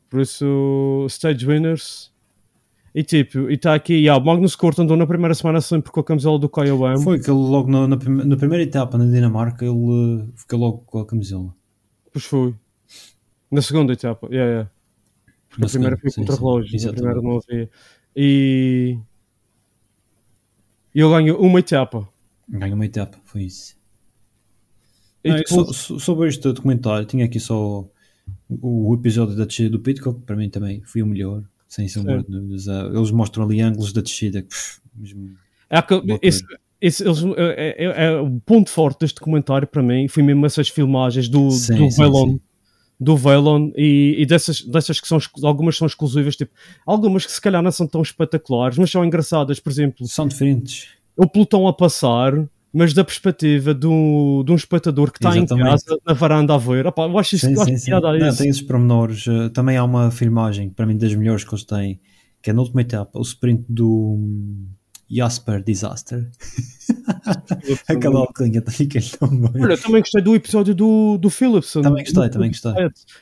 Por isso, stage winners. E tipo, e está aqui, yeah, o Magnus Corto andou na primeira semana sempre com a camisola do Koyobam.
Foi que ele logo na, na prime- na primeira etapa na Dinamarca ele eh, ficou logo com a camisola.
Pois foi. Na segunda etapa, yeah, yeah. Porque a primeira foi contra relógio, a primeira não havia. E... e ele ganhou uma etapa.
Ganhou uma etapa, foi isso.
E
Não,
depois-
so- so- sobre este documentário, tinha aqui só o episódio da descida do Pitcock, que para mim também foi o melhor, sem sombra de dúvidas. Ah, Eles mostram ali ângulos da descida. que, pff, mesmo-
É que-
Boa
esse- esse- eles- é- é- é- o ponto forte deste documentário para mim foi mesmo essas filmagens do,
Sim,
do
sim,
Velon.
sim.
Do Velon e, e dessas, dessas que são exclu- algumas são exclusivas, tipo, algumas que se calhar não são tão espetaculares, mas são engraçadas, por exemplo,
São diferentes.
o pelotão a passar, mas da perspectiva de um, de um espectador que está em
Exatamente.
casa na varanda a ver. Opa, eu acho isso
Sim,
eu acho
sim, sim.
piada a
Não,
isso.
tem esses pormenores. Ah, Também há uma filmagem, para mim, das melhores que eles têm, que é na última etapa, o sprint do hum, Jasper Disaster. Aquela alcunha tá fica tão bem.
Olha, também gostei do episódio do, do Philipson. É,
Também eh, é- gostei, também gostei.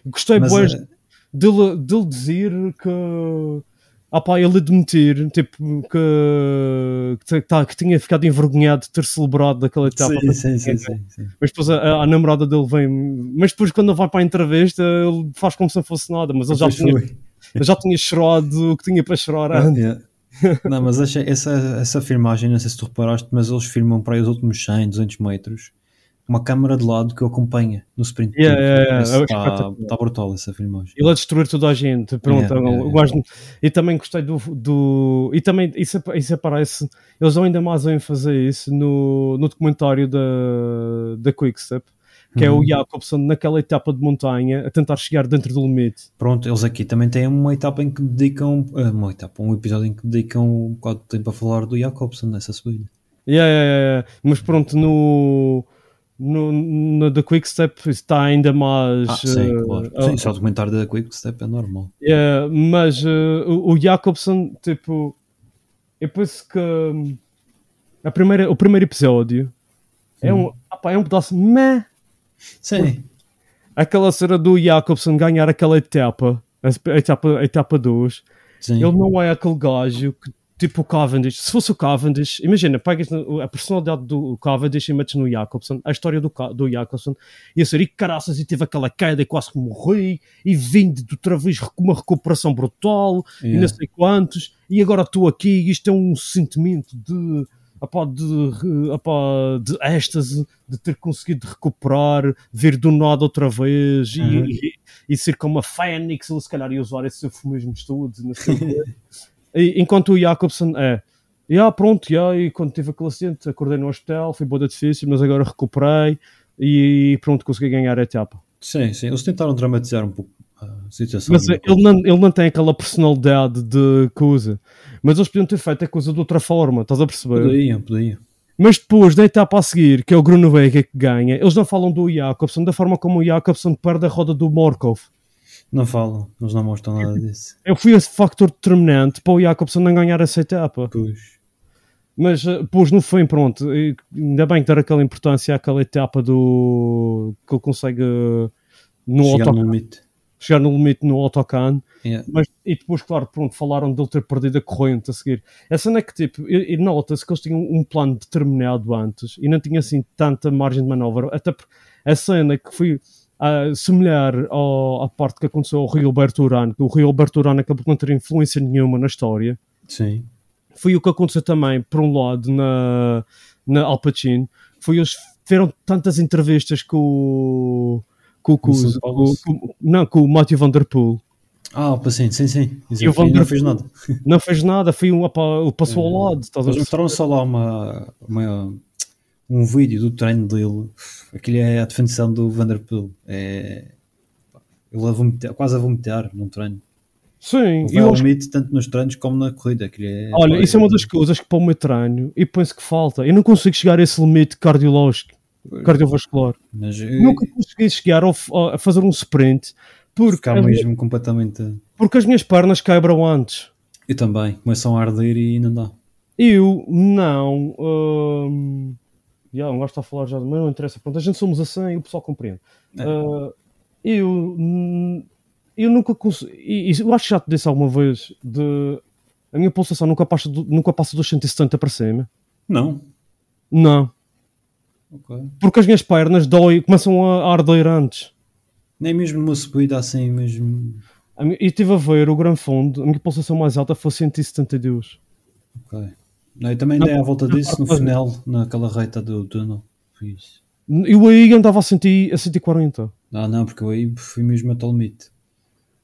Gostei
Mas,
pois,
eh,
dele, dele dizer que Ah pá, ele admitir tipo, que, que, tá- que tinha ficado envergonhado de ter celebrado daquela etapa. né?
Sim, sim, sim, sim, sim.
Mas depois a, a- a namorada dele vem. Mas depois, quando ele vai para a entrevista, ele faz como se não fosse nada. Mas ele já
Pois
tinha,
foi.
ele já tinha chorado o que tinha para chorar antes.
Yeah. Não, mas achei- essa, essa filmagem, não sei se tu reparaste, mas eles filmam para aí os últimos 100, 200 metros, uma câmara de lado que o acompanha no sprint. Tipo,
Yeah, yeah, yeah. É
Está
espetacular.
brutal essa filmagem.
Ele a destruir toda a gente. Pronto,
Yeah, yeah,
eu gosto- E também gostei do. do e também isso, ap- isso aparece. Eles dão ainda mais ênfase a isso no, no documentário da, da Quickstep, que
Uhum.
é o Jacobson naquela etapa de montanha a tentar chegar dentro do limite.
Pronto, eles aqui também têm uma etapa em que dedicam ah, uma etapa, um episódio em que dedicam um bocado de tempo a falar do Jacobson nessa subida.
Yeah, yeah, yeah, yeah. Mas pronto, no. No, no da Quickstep está ainda mais.
Ah, sim,
eh,
claro.
ah,
Sim, só o documentário da Quick Step é normal.
Yeah, mas eh, o, o Jacobson, tipo, eu penso que hum, a primeira, o primeiro episódio é um, ah pá, é um pedaço meh.
Sim,
Aquela cena do Jacobson ganhar aquela etapa, a, sp- a etapa, a etapa 2,
sim.
ele não é aquele gajo que, tipo o Cavendish. Se fosse o Cavendish, imagina, pegas no- a personalidade do Cavendish e metes no Jacobson, a história do, Ca- do Jacobson, ia ser e caraças, e teve aquela queda e quase que morri, e vim de outra vez com uma recuperação brutal, e não
Yeah.
sei quantos, e agora estou aqui, e isto é um sentimento de. Apá, de, eh, apá, de êxtase, de ter conseguido recuperar, vir do nada outra vez e,
Uhum.
e, e ser como a Fênix, ele se calhar ia usar esse eufemismo de estudos, e não sei o quê. E- enquanto o Jacobson é yeah, pronto, yeah, e quando tive aquele acidente acordei no hospital, fui boa difícil, mas agora recuperei e pronto, consegui ganhar a etapa.
sim, sim. Eles tentaram dramatizar um pouco a situação.
Mas eh, ele não, ele não tem aquela personalidade de coisa, mas eles podiam ter feito a coisa de outra forma, estás a perceber?
Poderiam, poderiam.
Mas depois da etapa a seguir, que é o Grunewagen que ganha, eles não falam do Jacobson da forma como o Jacobson perde a roda do Morkov.
Não falam, eles não mostram nada disso.
Eu fui esse factor determinante para o Jacobson não ganhar essa etapa.
Pois.
Mas, eh, pois, no fim, pronto, eh, ainda bem que dar aquela importância àquela etapa do que ele consegue eh, no
Chegar
autocan-
no limite.
chegar no limite no autocan.
Yeah.
Mas, e depois, claro, pronto, falaram dele ter perdido a corrente a seguir. A cena é que, tipo, e, e nota-se que eles tinham um plano determinado antes e não tinha, assim, tanta margem de manobra. Até porque a cena que foi ah, semelhar ao- à parte que aconteceu ao Rio Alberto Urano, que o Rio Alberto Urano acabou por não ter influência nenhuma na história,
Sim.
foi o que aconteceu também, por um lado, na, na Al Pacino. Foi eles tiveram tantas entrevistas com o. Com, com,
Com o São
com,
Paulo.
com- não, com o Matthew Van Der Poel.
Ah, pá, sim, sim, sim.
E o
Exato.
Van
E não
Der
fez
Poel-
nada.
Não fez nada, foi um, opa, ele passou
É.
ao lado. Estás a
Eles
ver?
mostraram só lá uma, uma- um vídeo do treino dele. Aquilo é a definição do Vanderpool. É, ele a vomitar, quase a vomitar num treino.
Sim,
Ele
eu
vai
acho-
ao limite tanto nos treinos como na corrida. Aquilo é,
olha, isso é uma das coisas que para o meu treino e penso que falta. Eu não consigo chegar a esse limite cardiológico,
É.
cardiovascular.
Mas eh,
Nunca consegui chegar ao f- a fazer um sprint porque,
ficar mesmo completamente.
porque as minhas pernas quebram antes.
Eu também. Começam a arder e não dá.
Eu não. hum, já, não gosto de falar já, mas não interessa. Pronto, a gente somos assim e o pessoal compreende. Ah, eu. hum, Eu nunca consigo. Eu acho que já te disse alguma vez de. A minha pulsação nunca passa, do- nunca passa dos 170 para cima.
Não.
Não.
Ok.
Porque as minhas pernas dói, começam a arder antes.
Nem mesmo numa subida assim, mesmo.
A mi- Eu estive a ver o Gran Fundo, a minha pulsação mais alta foi 172.
Ok. Não, eu também dei à volta disso no final, naquela reita do túnel. Fiz.
Eu aí andava a, 100 a 140.
Ah, não, porque eu aí fui mesmo até o limite.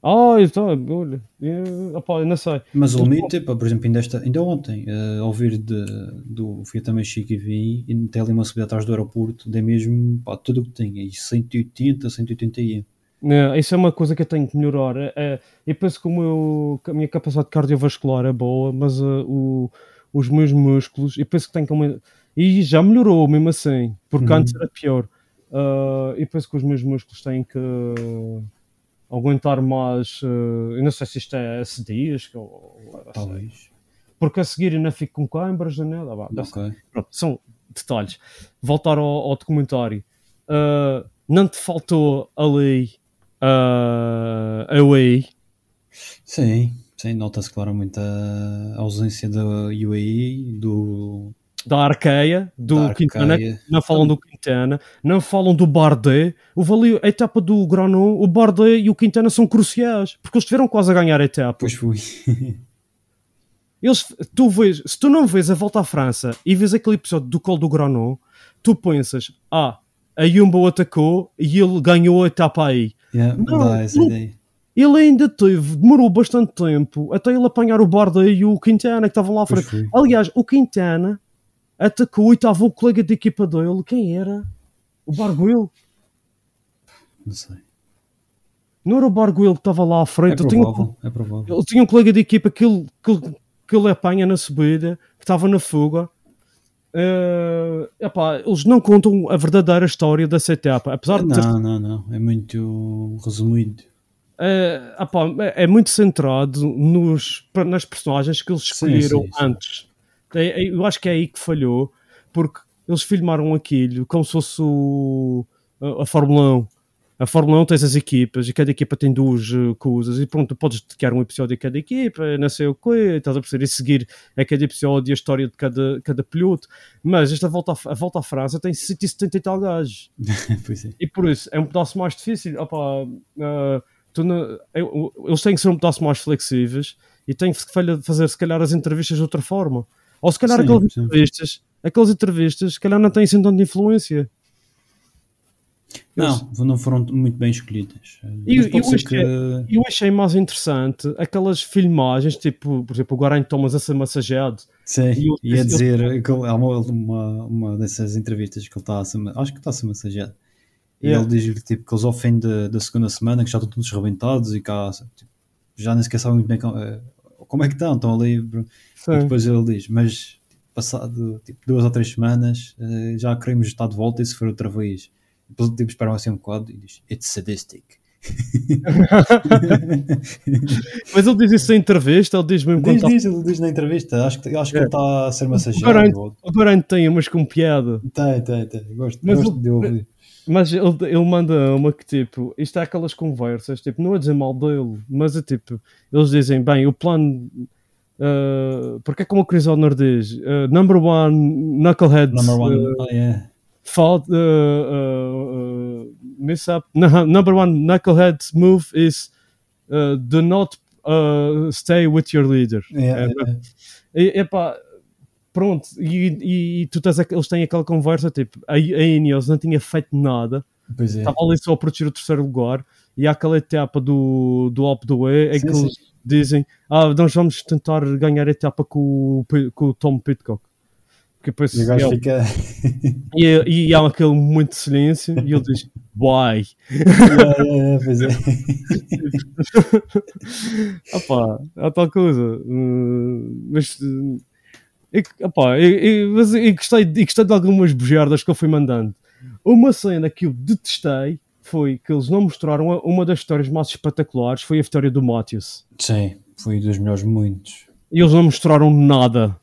Ah, então, olha. Eu, opá, eu não sei.
Mas o limite, pá, por exemplo, ainda, esta, ainda ontem, eh, ao vir de, do fui também Chico e vim, e até ali uma subida atrás do aeroporto, dei mesmo pá, tudo o que tinha, e 180, 180 ia.
É, isso é uma coisa que eu tenho que melhorar. É, é, eu penso que, o meu- que a minha capacidade cardiovascular é boa, mas é, o- os meus músculos, eu penso que tenho que aumentar. E já melhorou mesmo assim, porque antes era pior. Ah, eu penso que os meus músculos têm que aguentar mais. ah, eu não sei se isto é acidias, ou, assim,
Talvez.
porque a seguir eu não fico com câimbras, nem nada. vá, não sei.
Ok.
Pronto, são detalhes. Voltar ao, ao documentário. Ah, não te faltou ali ah, a Way.
Sim, Sim, nota-se claramente a ausência da UAE, do.
da Arqueia, do
Da Arqueia.
Quintana, não falam do Quintana, não falam do Bardet. O valeu, a etapa do Granon, o Bardet e o Quintana são cruciais, porque eles tiveram quase a ganhar a etapa.
Pois fui.
Eles, tu vês, se tu não vês a volta à França e vês aquele episódio do colo do Granon, tu pensas, ah, a Jumbo atacou e ele ganhou a etapa aí.
Yeah,
Não,
dá essa
não-
ideia.
Ele ainda teve, demorou bastante tempo até ele apanhar o Barda e o Quintana que estavam lá à
Pois
frente. Aliás, o Quintana atacou e estava o colega de equipa dele. Quem era? O Barguil.
Não sei.
Não era o Barguil que estava lá à
É
frente. Eu um tinha,
provável, é provável.
ele tinha um colega de equipa que ele, que, ele- que ele apanha na subida, que estava na fuga. Eh, epá, eles não contam a verdadeira história dessa etapa. Apesar de ter
Não, não, não. É muito resumido.
é, ah pá, é é muito centrado nos, pra- nas personagens que eles
Sim,
escolheram
sim, sim.
antes. É- é- eu acho que é aí que falhou, porque eles filmaram um aquilo como se fosse o- a, a Fórmula 1. A Fórmula 1 tens as equipas e cada equipa tem duas eh, coisas e pronto, tu podes dedicar um episódio a cada equipa, não sei o quê, estás a perceber, e seguir a cada episódio e a história de cada, cada piloto. Mas esta volta, à F- a volta à França tem 170 e tal gajos.
pois é.
E por isso é um pedaço mais difícil. Opa, ah, tu não- eu- eles têm que ser um pedaço mais flexíveis e têm que falha- fazer, se calhar, as entrevistas de outra forma. Ou se calhar,
Sim,
aquelas,
sim.
entrevistas, aquelas entrevistas, se calhar, não têm assim tanto de influência.
Não, não foram muito bem escolhidas.
E-
Mas
e
pode
eu
ser
acho
que.
Eu achei mais interessante aquelas filmagens, tipo, por exemplo, o Guarani Thomas a ser massageado.
Sim,
E eu-
ia
eu-
dizer que ele- há uma, uma, uma dessas entrevistas que ele está a ser, ma- acho que está a ser massageado. E
Yeah.
ele diz tipo, que eles ao fim da, da segunda semana que já estão todos rebentados e cá tipo, já nem sequer sabem muito bem como, eh, como é que estão, estão ali. bro. E
Sim.
depois ele diz, mas tipo, passado tipo, duas ou três semanas eh, já queremos estar de volta e se for outra vez. Depois tipo, esperam assim um bocado e diz, it's sadistic.
Mas ele diz isso em entrevista, ele diz mesmo quando tá-
Diz,
está.
diz, ele diz na entrevista, acho que, acho que ele está a ser
Parece.
massageado.
O Guarani tem umas com piada.
Tem, tem, tem. Gosto,
Mas
gosto
o-
de ouvir.
Mas ele, ele manda uma que tipo, isto é aquelas conversas, tipo, não é dizer mal dele, mas é tipo, eles dizem, bem, o plano. ah, porque é como o Chris Honor diz, ah, number one, knuckleheads,
Number one.
ah,
oh, yeah.
fault, ah, ah, ah, miss up, Nah, number one knuckleheads move is ah, do not ah, stay with your leader.
Yeah,
É,
yeah.
E, epá, pronto, e, e- e tu tens, aqu- eles têm aquela conversa, tipo, a, a Ineos não tinha feito nada,
Pois é.
estava Tá ali só a proteger o terceiro lugar e há aquela etapa do, do Alpe d'Huez em
Sim,
que
sim.
eles dizem ah, nós vamos tentar ganhar a etapa com, o P- com o Tom Pitcock que depois,
E o gajo
ele-
fica.
e, e há aquele momento de silêncio e ele diz why?
yeah, yeah, yeah, pois é.
Opá, há é tal coisa Hum, mas hum, é que, opá, eu, eu- mas eu gostei, eu gostei de algumas bugiardas que eu fui mandando uma cena que eu detestei foi que eles não mostraram a- uma das histórias mais espetaculares foi a vitória do Matthews
Sim, foi dos melhores muitos.
E eles não mostraram nada.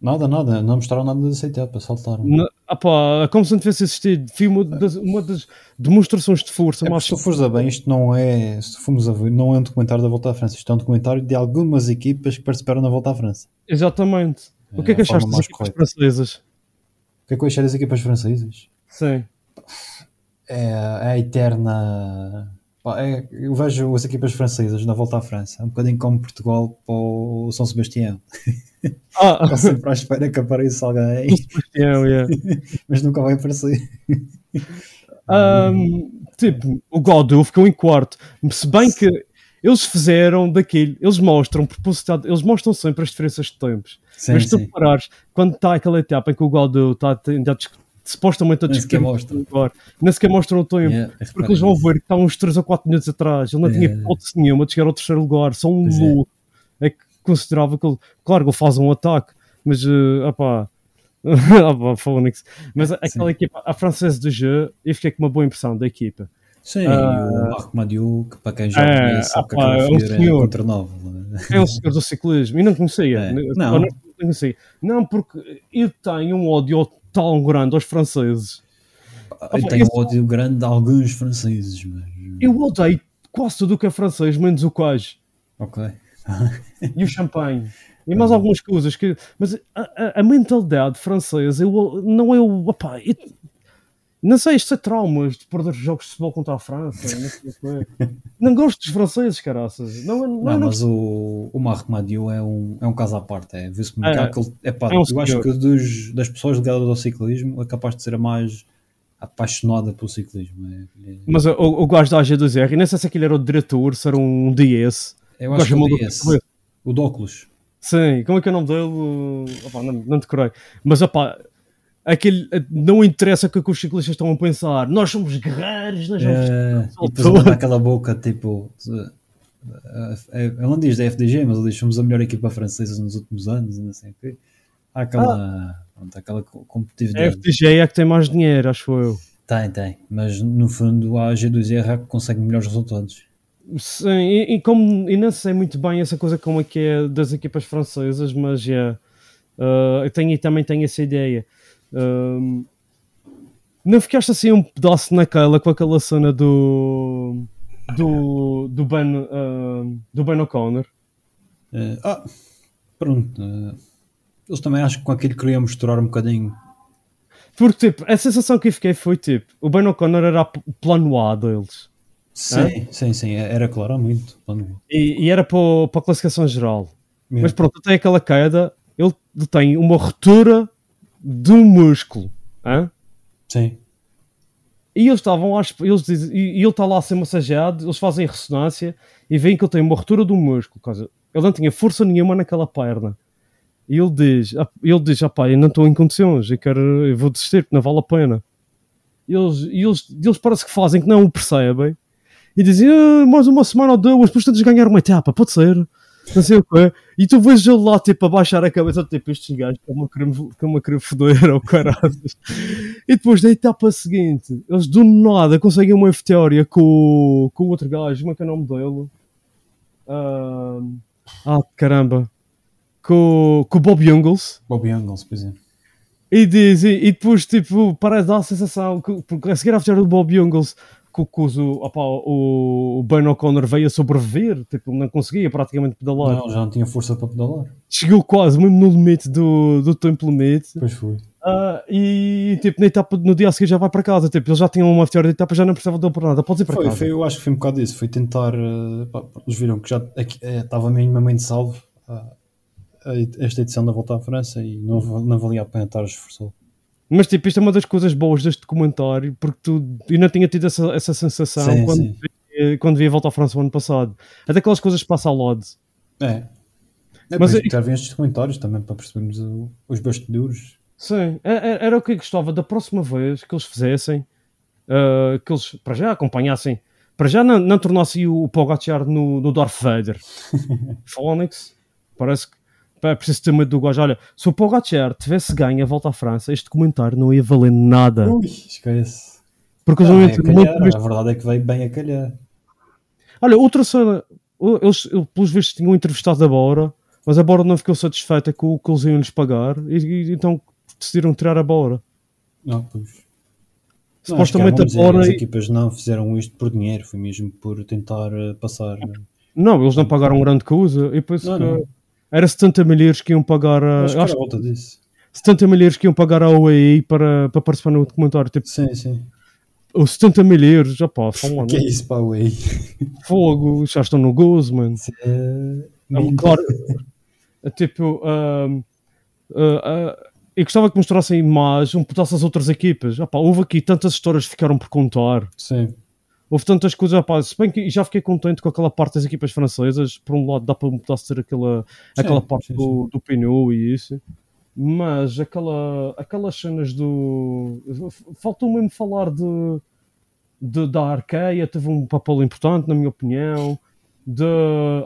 Nada, nada, não mostraram nada dessa etapa, saltaram.
Na- ah pá, como se não tivesse existido. Foi uma das, uma das demonstrações de força.
É porque
mais-
se tu fores a bem, isto não é, se formos a ver, não é um documentário da Volta à França, isto é um documentário de algumas equipas que participaram na Volta à França.
Exatamente. O que é
É,
que
a forma
achaste das
mais
equipas
correta.
francesas?
O que é que eu achei das equipas francesas?
Sim.
É, é a eterna. pá, é- eu vejo as equipas francesas na Volta à França, um bocadinho como Portugal para o São Sebastião.
Ah,
Está sempre à espera que apareça alguém,
Sebastião, yeah.
mas nunca vai aparecer.
Ahm, tipo, o Godot ficou em quarto. Se bem que eles fizeram daquilo, eles mostram propositado, eles mostram sempre as diferenças de tempos.
Sim,
Mas se tu
sim.
reparares, quando está aquela etapa em que o tá, Godot está ainda a dis- supostamente tá a
Nem sequer
discutir,
mostram.
agora, nem sequer mostram o tempo.
Yeah,
Porque eles vão ver que está uns 3 ou 4 minutos atrás. Ele não tinha
É.
hipótese nenhuma de chegar ao terceiro lugar. Só um
Pois é.
louco é. que considerava que ele. Claro que ele faz um ataque, mas. Uh, opá. opá, Phoenix. Mas aquela equipa, a francesa do Jeu, eu fiquei com uma boa impressão da equipa.
Sim,
Ah.
o Marco Madiu, que para quem já
É,
conhece, sabe que
opa, é
aquela
um
figura é
senhor.
incontornável.
É um senhor do ciclismo e não conhecia.
Uhum. É,
Eu,
não.
honestamente, Não. conhecia. Não, porque eu tenho um ódio tão grande aos franceses.
Eu
Opa,
tenho
Ah, esse-
um ódio grande de alguns franceses, mas.
Eu odeio quase tudo o que é francês, menos o queijo.
Ok.
e o champanhe. E mais algumas coisas que. Mas a, a- a mentalidade francesa, eu, não é o. opá, eu- não sei, isto é traumas de perder jogos de futebol contra a França. Não, sei o quê. não gosto dos franceses, caraças. Não, não,
Não,
não,
mas o, o Marc Madiou é um, é um caso à parte. É, vê-se como
É.
que há aquele- é pá,
É um
eu acho
senhor.
que dos, das pessoas ligadas ao ciclismo é capaz de ser a mais apaixonada pelo ciclismo. É, é-
mas o, o gajo da AG2R, nem sei se aquele era o diretor, se era um DS.
eu
O
acho que
gajo
ele
maluco
é
de
esse.
cabeça.
O de óculos.
Sim, como é que é o nome dele? O- opá, não, não decorei. Mas opá, aquele, não interessa o que, é que os ciclistas estão a pensar. Nós somos guerreiros, nós vamos.
É, e depois
Soltou.
ele dá aquela boca tipo. eh, eh, Ele não diz da FDG, mas ele diz somos a melhor equipa francesa nos últimos anos e não sei o quê. Há aquela, pronto, aquela co-
A
competitividade.
FTG Ah. é a que tem mais dinheiro, acho eu.
Tem, tem. Mas no fundo a G2R é que consegue melhores resultados.
Sim, e, e como e não sei muito bem essa coisa como é que é das equipas francesas, mas é, ah, eu tenho, e também tenho essa ideia. Ahm, não ficaste assim um pedaço naquela com aquela cena do do do Ben ahm, do Ben O'Connor?
Eh, ah, pronto. eh, eles também acho que com aquilo queriam misturar um bocadinho.
Porque tipo, a sensação que eu fiquei foi tipo, o Ben O'Connor era p- o plano A deles.
Sim, Ah? sim, sim. é, Era claro, há muito. Quando-
E, e era para, o- para a classificação geral.
Yeah.
Mas pronto, até aquela queda, ele tem uma ruptura de um músculo. hã?
Sim.
E eles estavam às- eles dizem, e, e ele está lá a ser massageado, eles fazem ressonância e veem que ele tem uma ruptura de um músculo. quer dizer, Ele não tinha força nenhuma naquela perna. E ele diz, ah, ele diz, ah pá, eu não estou em condições, eu, quero, eu vou desistir, porque não vale a pena. E eles, e eles, e eles parece que fazem que não o percebem. E dizem, "Ah, mais uma semana ou duas, depois tentas ganhar uma etapa, pode ser. Não sei o quê. E tu vês ele lá, tipo, a baixar a cabeça, tipo, estes gajos, como a querer, como a querer foder, ou caralho. E depois da etapa seguinte, eles do nada conseguem uma vitória com, o- com o outro gajo, como é que é o nome dele? Ahm, ah, caramba. Com, o- com o Bob Youngles.
Bobby Angles, por exemplo.
E, diz, e, e depois, tipo, parece dar a sensação que, porque a seguir à vitória do Bob Youngles, que, o- que os- o, opá, o, o Ben O'Connor veio a sobreviver, tipo, não conseguia praticamente pedalar.
Não, já não tinha força para pedalar.
Chegou quase mesmo no limite do, do tempo limite.
Pois foi.
Ah, e tipo, na etapa, no dia a seguir já vai para casa. Tipo, eles já tinham uma vitória de etapa, já não precisavam de para nada. Podes ir para
Foi,
casa.
foi, eu acho que foi um bocado isso. Foi tentar. eh, pá, eles viram que já aqui, eh, estava minimamente salvo ah, a- esta edição da Volta à França e não, va- não valia a pena estar a esforçar.
Mas tipo, isto é uma das coisas boas deste documentário, porque tu eu não tinha tido essa, essa sensação
Sim,
quando,
sim.
Vi, quando vi a volta à França o ano passado. É daquelas coisas que passa ao lado.
É. É
Mas
Mas
eu-
que servem estes comentários também para percebermos o- os bastidores.
Sim, é- é- era o que eu gostava da próxima vez que eles fizessem, ah, que eles para já acompanhassem, para já não, não tornassem o Pogacar no, no Darth Vader. Phonics, parece que pá, é preciso ter medo do gajo. Olha, se o Pogacar tivesse ganho a volta à França, este comentário não ia valer nada.
Ui, esquece.
Porque eles
Ah,
não
veio
iam
a
ter
calhar,
muito visto-
a verdade é que veio bem a calhar.
Olha, outra cena, o- eles eu, pelos vistos tinham entrevistado a Bora, mas a Bora não ficou satisfeita com o que eles iam lhes pagar, e, e então decidiram tirar a Bora.
Não, pois. Não, acho que é,
Supostamente
vamos
a
dizer,
Bora.
As equipas não fizeram isto por dinheiro, foi mesmo por tentar eh, passar. eh,
Não, eles não pagaram grande coisa. E penso
Não,
que
não.
era 70 milheiros que iam pagar a,
Acho que
eu
era
acho
a volta disso.
que 70 milheiros que iam pagar à UAE para, para participar no documentário. Tipo,
Sim, sim.
os 70 milheiros, já pá, são lá,
Que é
né?
isso, pá, aí.
fogo, já estão no gozo, mano.
Eh,
É, claro, é tipo, ahm, ah, ah, eu gostava que mostrassem mais um pedaço às outras equipas. Ah, pá, houve aqui tantas histórias que ficaram por contar.
Sim.
Houve tantas coisas, rapaz. Se bem que já fiquei contente com aquela parte das equipas francesas. Por um lado, dá para um pedaço ter aquela, aquela parte
sim,
do, do pneu e isso. Mas aquela, aquelas cenas do. Faltou mesmo falar de, de- da arqueia, teve um papel importante, na minha opinião. De.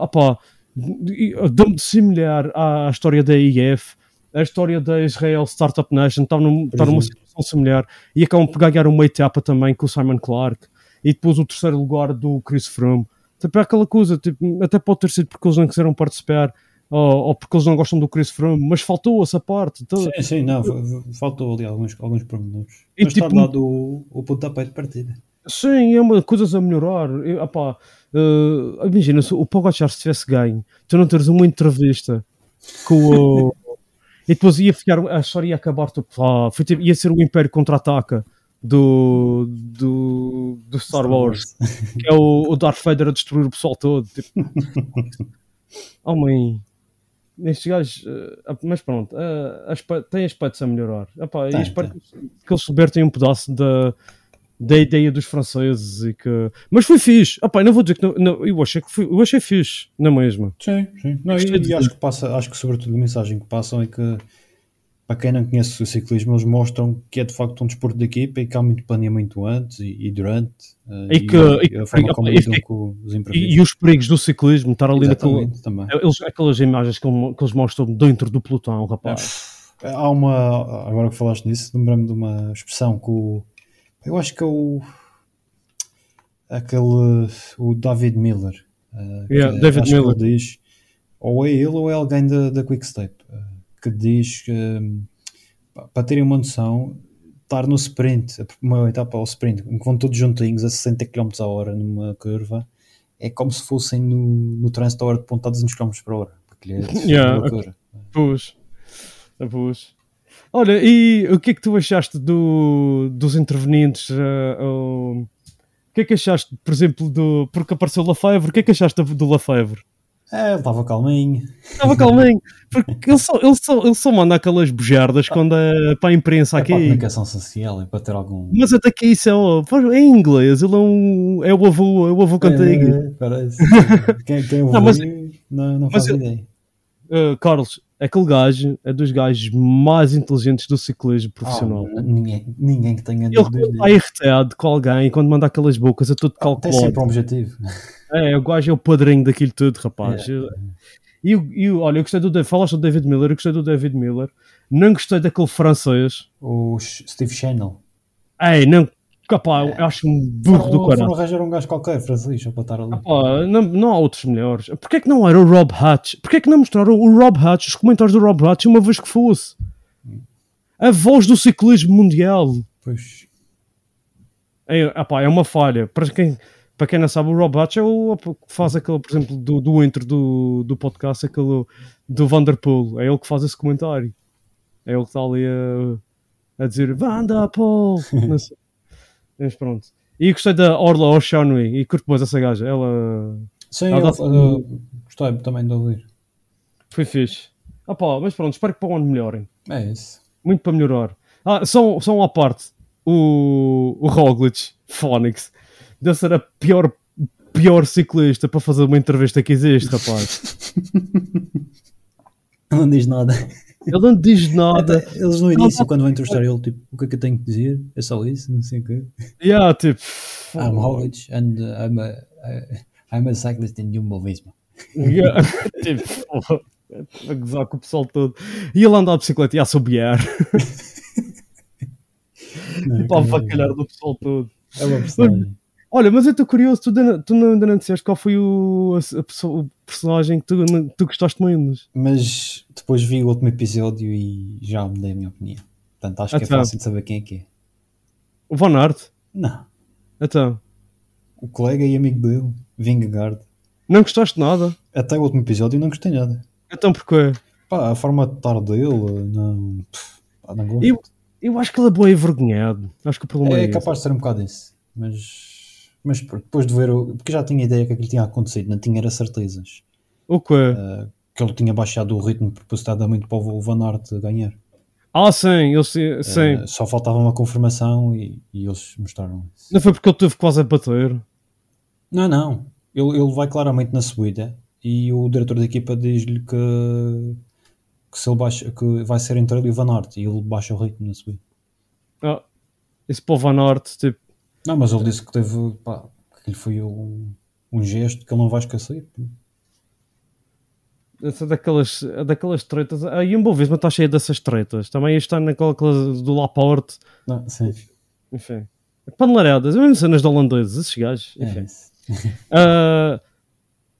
Opá, de me similar à história da IF, a história da Israel Startup Nation, está, num- está numa
exemplo.
situação semelhar. E acabam por ganhar uma etapa também com o Simon Clark. E depois o terceiro lugar do Chris Froome. Tipo, é aquela coisa, tipo, até pode ter sido porque eles não quiseram participar ou, ou porque eles não gostam do Chris Froome, mas faltou essa parte. Então,
Sim, sim, não, fa- fa- faltou ali alguns, alguns pormenores.
E
Mas está
tipo-
dado o, o pontapé de partida.
Sim, é uma coisa a melhorar. Eu, opá, eh, imagina, se o Pogacar se tivesse ganho, tu não teres uma entrevista com o. e depois ia ficar, a história ia acabar, tipo, ah, foi tipo- ia ser o Império contra-ataca do, do, do Star Wars, que é o, o Darth Vader a destruir o pessoal todo. Tipo. oh, mãe. Estes gajos, eh, mas pronto, eh, aspe- têm aspectos a melhorar. Epá, e
Tem,
espero que eles libertem um pedaço da, da ideia dos franceses e que. Mas foi fixe. Ah, pá, não vou dizer que não, não, eu achei que foi, eu achei fixe, na mesma.
Sim, sim. Não,
Gostei
e,
de
e acho que passa, acho que sobretudo a mensagem que passam é que para quem não conhece o ciclismo, eles mostram que é de facto um desporto de equipa e que há muito planeamento antes e, e durante eh,
E que- e-
a forma
e-
como
e-
lidam
e-
com os
E,
imprevistos.
e os perigos do ciclismo, estar ali naquele,
Exatamente, também.
eles, aquelas imagens que, ele- que eles mostram dentro do pelotão, rapaz.
Há uma, agora que falaste nisso, lembrei-me de uma expressão que o, eu acho que é o, aquele, o David Miller, eh, que
Yeah,
é-
David
acho que ele
Miller.
diz, ou é ele ou é alguém da, da Quickstep, eh, que diz que, hum, pa- para terem uma noção, estar no sprint, uma etapa ao sprint, em que vão todos juntinhos a 60 km a hora numa curva, é como se fossem no, no trânsito a hora de ponta a 200 km por hora, porque é
Yeah,
loucura.
Pois.
É
Pois. Olha, e o que é que tu achaste do, dos intervenientes? ah, ao- o que é que achaste, por exemplo, do. Porque apareceu o Lafevre, o que é que achaste do- do Lafevre?
É, ele estava calminho.
Estava calminho, porque ele só, ele, só, ele só manda aquelas bujardas quando é para a imprensa
É para a
aqui.
comunicação social e para ter algum.
Mas até que isso é, o- pô, é em inglês, ele é, um, é o avô, é o avô contigo.
É, parece. quem, quem ouviu
Não,
não,
mas-
não,
mas
faz
eu-
ideia.
Uh, Carlos, aquele gajo é dos gajos mais inteligentes do ciclismo profissional.
Ah, ninguém, ninguém que tenha
ele quando
dúvidas.
está irritado com alguém, quando manda aquelas bocas, é todo
Tem
calculado.
sempre um objetivo.
É, o gajo é o padrinho daquilo tudo, rapaz.
É.
Eu- E, o- e o- olha, eu gostei do David, falaste do David Miller, eu gostei do David Miller, não gostei daquele francês.
O Sh- Steve Channel.
Ei, não, capaz,
É.
eu acho um burro do caralho.
Foram arranjar um gajo qualquer, francês, para estar ali.
Pá, não, não há outros melhores. Porquê é que não era o Rob Hatch? Porquê é que não mostraram o Rob Hatch, os comentários do Rob Hatch, uma vez que fosse? A voz do ciclismo mundial.
Pois.
É, ah pá, é uma falha. Para quem, para quem não sabe, o Rob Hatch é o que faz aquele, por exemplo, do, do intro do, do podcast, aquele do Vanderpool. É ele que faz esse comentário. É ele que está ali a, a dizer Vanderpool. Não sei. Mas pronto. E gostei da Orla O'Shaughnessy e curto mais essa gaja. Ela
Sim,
Ela
eu,
dá-
eu gostei também de ouvir.
Foi fixe. Ah pá, mas pronto, espero que para o ano melhorem.
É isso.
Muito para melhorar. Ah, só, só uma parte. O, o Roglic, Phonics, deve ser a pior, pior ciclista para fazer uma entrevista que existe, rapaz.
Não diz nada.
Ele não diz nada.
Eles no início, quando vão entrevistar ele, tipo, o que é que eu tenho que dizer? É só isso, não sei o quê.
yeah, tipo,
I'm Roglic and uh, I'm a, I- I'm a cyclist in Jumbo Visma.
yeah, tipo, a gozar com o pessoal todo. E ele anda de bicicleta e a subiar. e para avacalhar do pessoal todo.
É uma personagem.
Olha, mas eu estou curioso, tu, ainda- tu não- ainda não disseste qual foi o, a- a pessoa- o personagem que tu, tu gostaste menos.
Mas depois vi o último episódio e já mudei a minha opinião. Portanto, acho que é
Então.
fácil de saber quem é que é.
O Van Aert.
Não.
Então,
O colega e amigo dele, Vingegaard.
não gostaste de nada?
Até o último episódio não gostei nada.
Então porquê?
Pá, a forma de estar dele, não. pff, pá, não gosto.
Eu, eu acho que ele é bem envergonhado. Acho que o problema é,
É
esse.
capaz de ser um bocado isso. Mas. Mas pronto, depois de ver o. Porque já tinha ideia que aquilo tinha acontecido, não tinha era certezas.
O quê?
Que ele tinha baixado o ritmo propositadamente para o Van Aert ganhar.
Ah, sim, eu sei, sim.
Eh, só faltava uma confirmação e, e eles mostraram isso.
Não foi porque ele teve quase a bater.
Não, não. Ele, ele vai claramente na subida e o diretor da equipa diz-lhe que, que, se ele baixa, que vai ser entre ele e o Van Aert e ele baixa o ritmo na subida.
Ah, esse para o Van Aert, tipo,
Não, mas ele disse que teve, pá, que lhe foi um, um gesto que ele não vai esquecer.
essa daquelas, daquelas tretas. Ah, A Jumbo Visma está cheia dessas tretas. Também está naquela coisa do Laporte.
Não, sim,
Enfim. Panelareadas, mesmo cenas de holandeses, esses gajos.
é
Enfim.
isso.
Ah,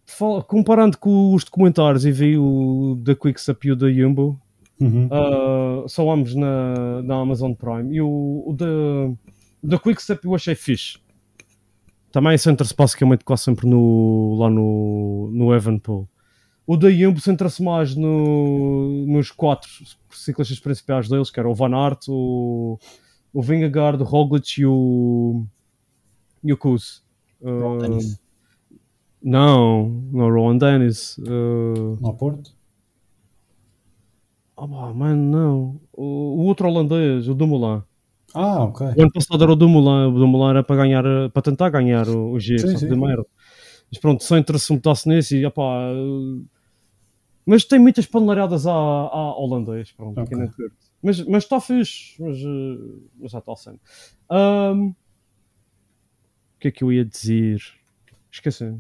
fal- comparando com os documentários e vi o da Quickstep e o da Jumbo,
Uhum.
ah, só ambos na, na Amazon Prime. E o, o da, o da Quickstep eu achei fixe. Também centra-se basicamente é quase sempre no, lá no, no Evanpool. O Dayumbo centra-se mais no, nos quatro ciclistas principais deles, que era o Van Aert, o, o Vingegaard, o Roglic e o, e o Kuz.
Rowan Dennis.
não, não, Rowan Dennis. Uh,
é No Porto?
oh, mano, não. O, o outro holandês, o Dumoulin.
Ah, ok.
O ano passado era o Dumoulin, o Dumoulin era para, ganhar, para tentar ganhar o, o Giro,
Sim,
só que
sim.
de merda. Mas pronto, só interesse me botasse nesse e opá, eh, Mas tem muitas panelariadas à, à holandês, pronto,
Ok.
que nem te curto. Mas está mas tá fixe, mas, eh, mas já está sendo. Ahm, o que é que eu ia dizer? Esqueci.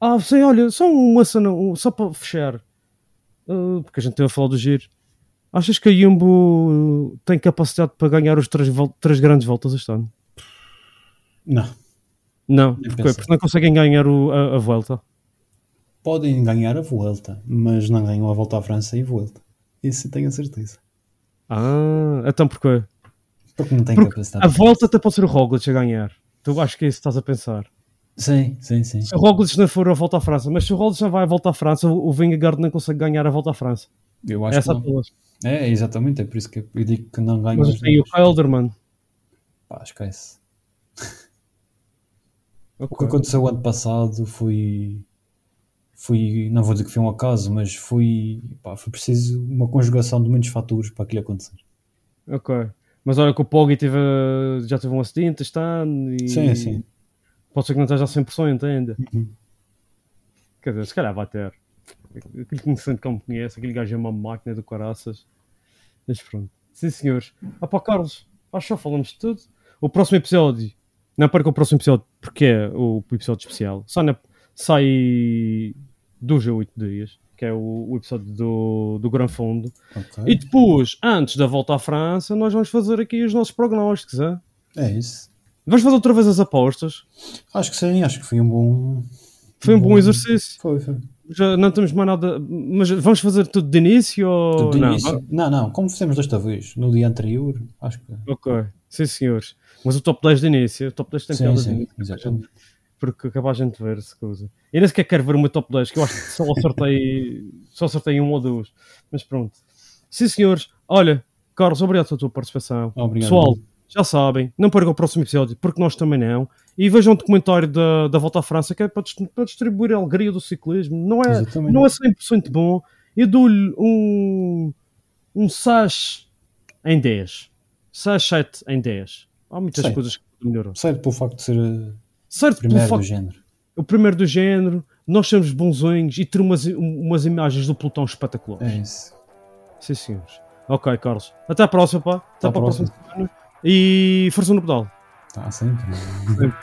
Ah, sim, olha, só uma cena, um- só para fechar, Ah, porque a gente teve a falar do giro. Achas que a Jumbo tem capacidade para ganhar os três, vol- três grandes voltas este ano?
Não.
Não,
Nem
porque,
pensar.
porque não conseguem ganhar o- a, a volta.
Podem ganhar a Vuelta, mas não ganham a Volta à França e Vuelta. Isso tenho a certeza.
Ah, então porquê?
Porque não têm
Porque
capacidade.
A volta até pode ser o Roglic a ganhar. Tu acho que é isso que estás a pensar.
Sim, sim, sim.
Se o Roglic não for a volta à França, mas se o Roglic não vai à volta à França, o o Vingegaard não consegue ganhar a volta à França.
Eu acho
Essa
que
é
não.
a tua.
É, exatamente, é por isso que eu digo que não ganham
Mas
os
tem o
dois.
Kelderman.
Pá, esquece. O que aconteceu ano passado foi. Foi, não vou dizer que foi um acaso, mas foi, pá, foi preciso uma conjugação de muitos fatores para aquilo acontecer.
Ok. Mas olha que o Poggi teve, eh, já teve um acidente este ano e
Sim, sim. Uhum.
pode ser que não esteja a 100% ainda. Quer dizer, se calhar vai ter. Aquele conhecente que eu me conhece, aquele gajo é uma máquina do caraças. Mas pronto. Sim, senhores. Ah pá, Carlos, acho que já falamos de tudo. O próximo episódio, não perca o próximo episódio, porque é o episódio especial. Só na- sai dos a 8 dias, que é o, o episódio do, do Gran Fundo.
Ok.
E depois, antes da volta à França, nós vamos fazer aqui os nossos prognósticos. hã?
É isso.
Vamos fazer outra vez as apostas.
Acho que sim, acho que foi um bom.
Foi um bom exercício.
Foi, foi.
Já não temos mais nada. Mas vamos fazer tudo de início ou.
Tudo
não,
isso. não, não, como fizemos desta vez, no dia anterior, acho que.
Ok, sim senhores. Mas o top 10 de início, é o top 10 tem
Sim,
piada de
sim,
início,
exatamente.
porque acaba a gente ver se coisa. Eu nem sequer quero ver o meu top 10, que eu acho que só acertei, só acertei um ou dois. Mas pronto. Sim senhores, olha, Carlos, obrigado pela tua participação.
Obrigado.
Pessoal, já sabem, não percam o próximo episódio, porque nós também não. E vejam o documentário da, da Volta à França, que é para, dis- para distribuir a alegria do ciclismo. Não é,
Exatamente.
não é 100% bom. Eu dou-lhe um, um 6 em 10. 6, 7 em 10. Há muitas
Sim.
coisas que melhoram.
Sério, pelo facto de ser eh,
Certo, pelo
primeiro do
facto-
género.
o primeiro do género, nós somos bonzinhos e ter umas, umas imagens do pelotão espetaculares.
É isso.
Sim, senhores. Ok, Carlos. Até à próxima, pá. Até,
à Tá,
para
Ah, assim, então.
a próxima semana. E força no pedal.
Está sempre.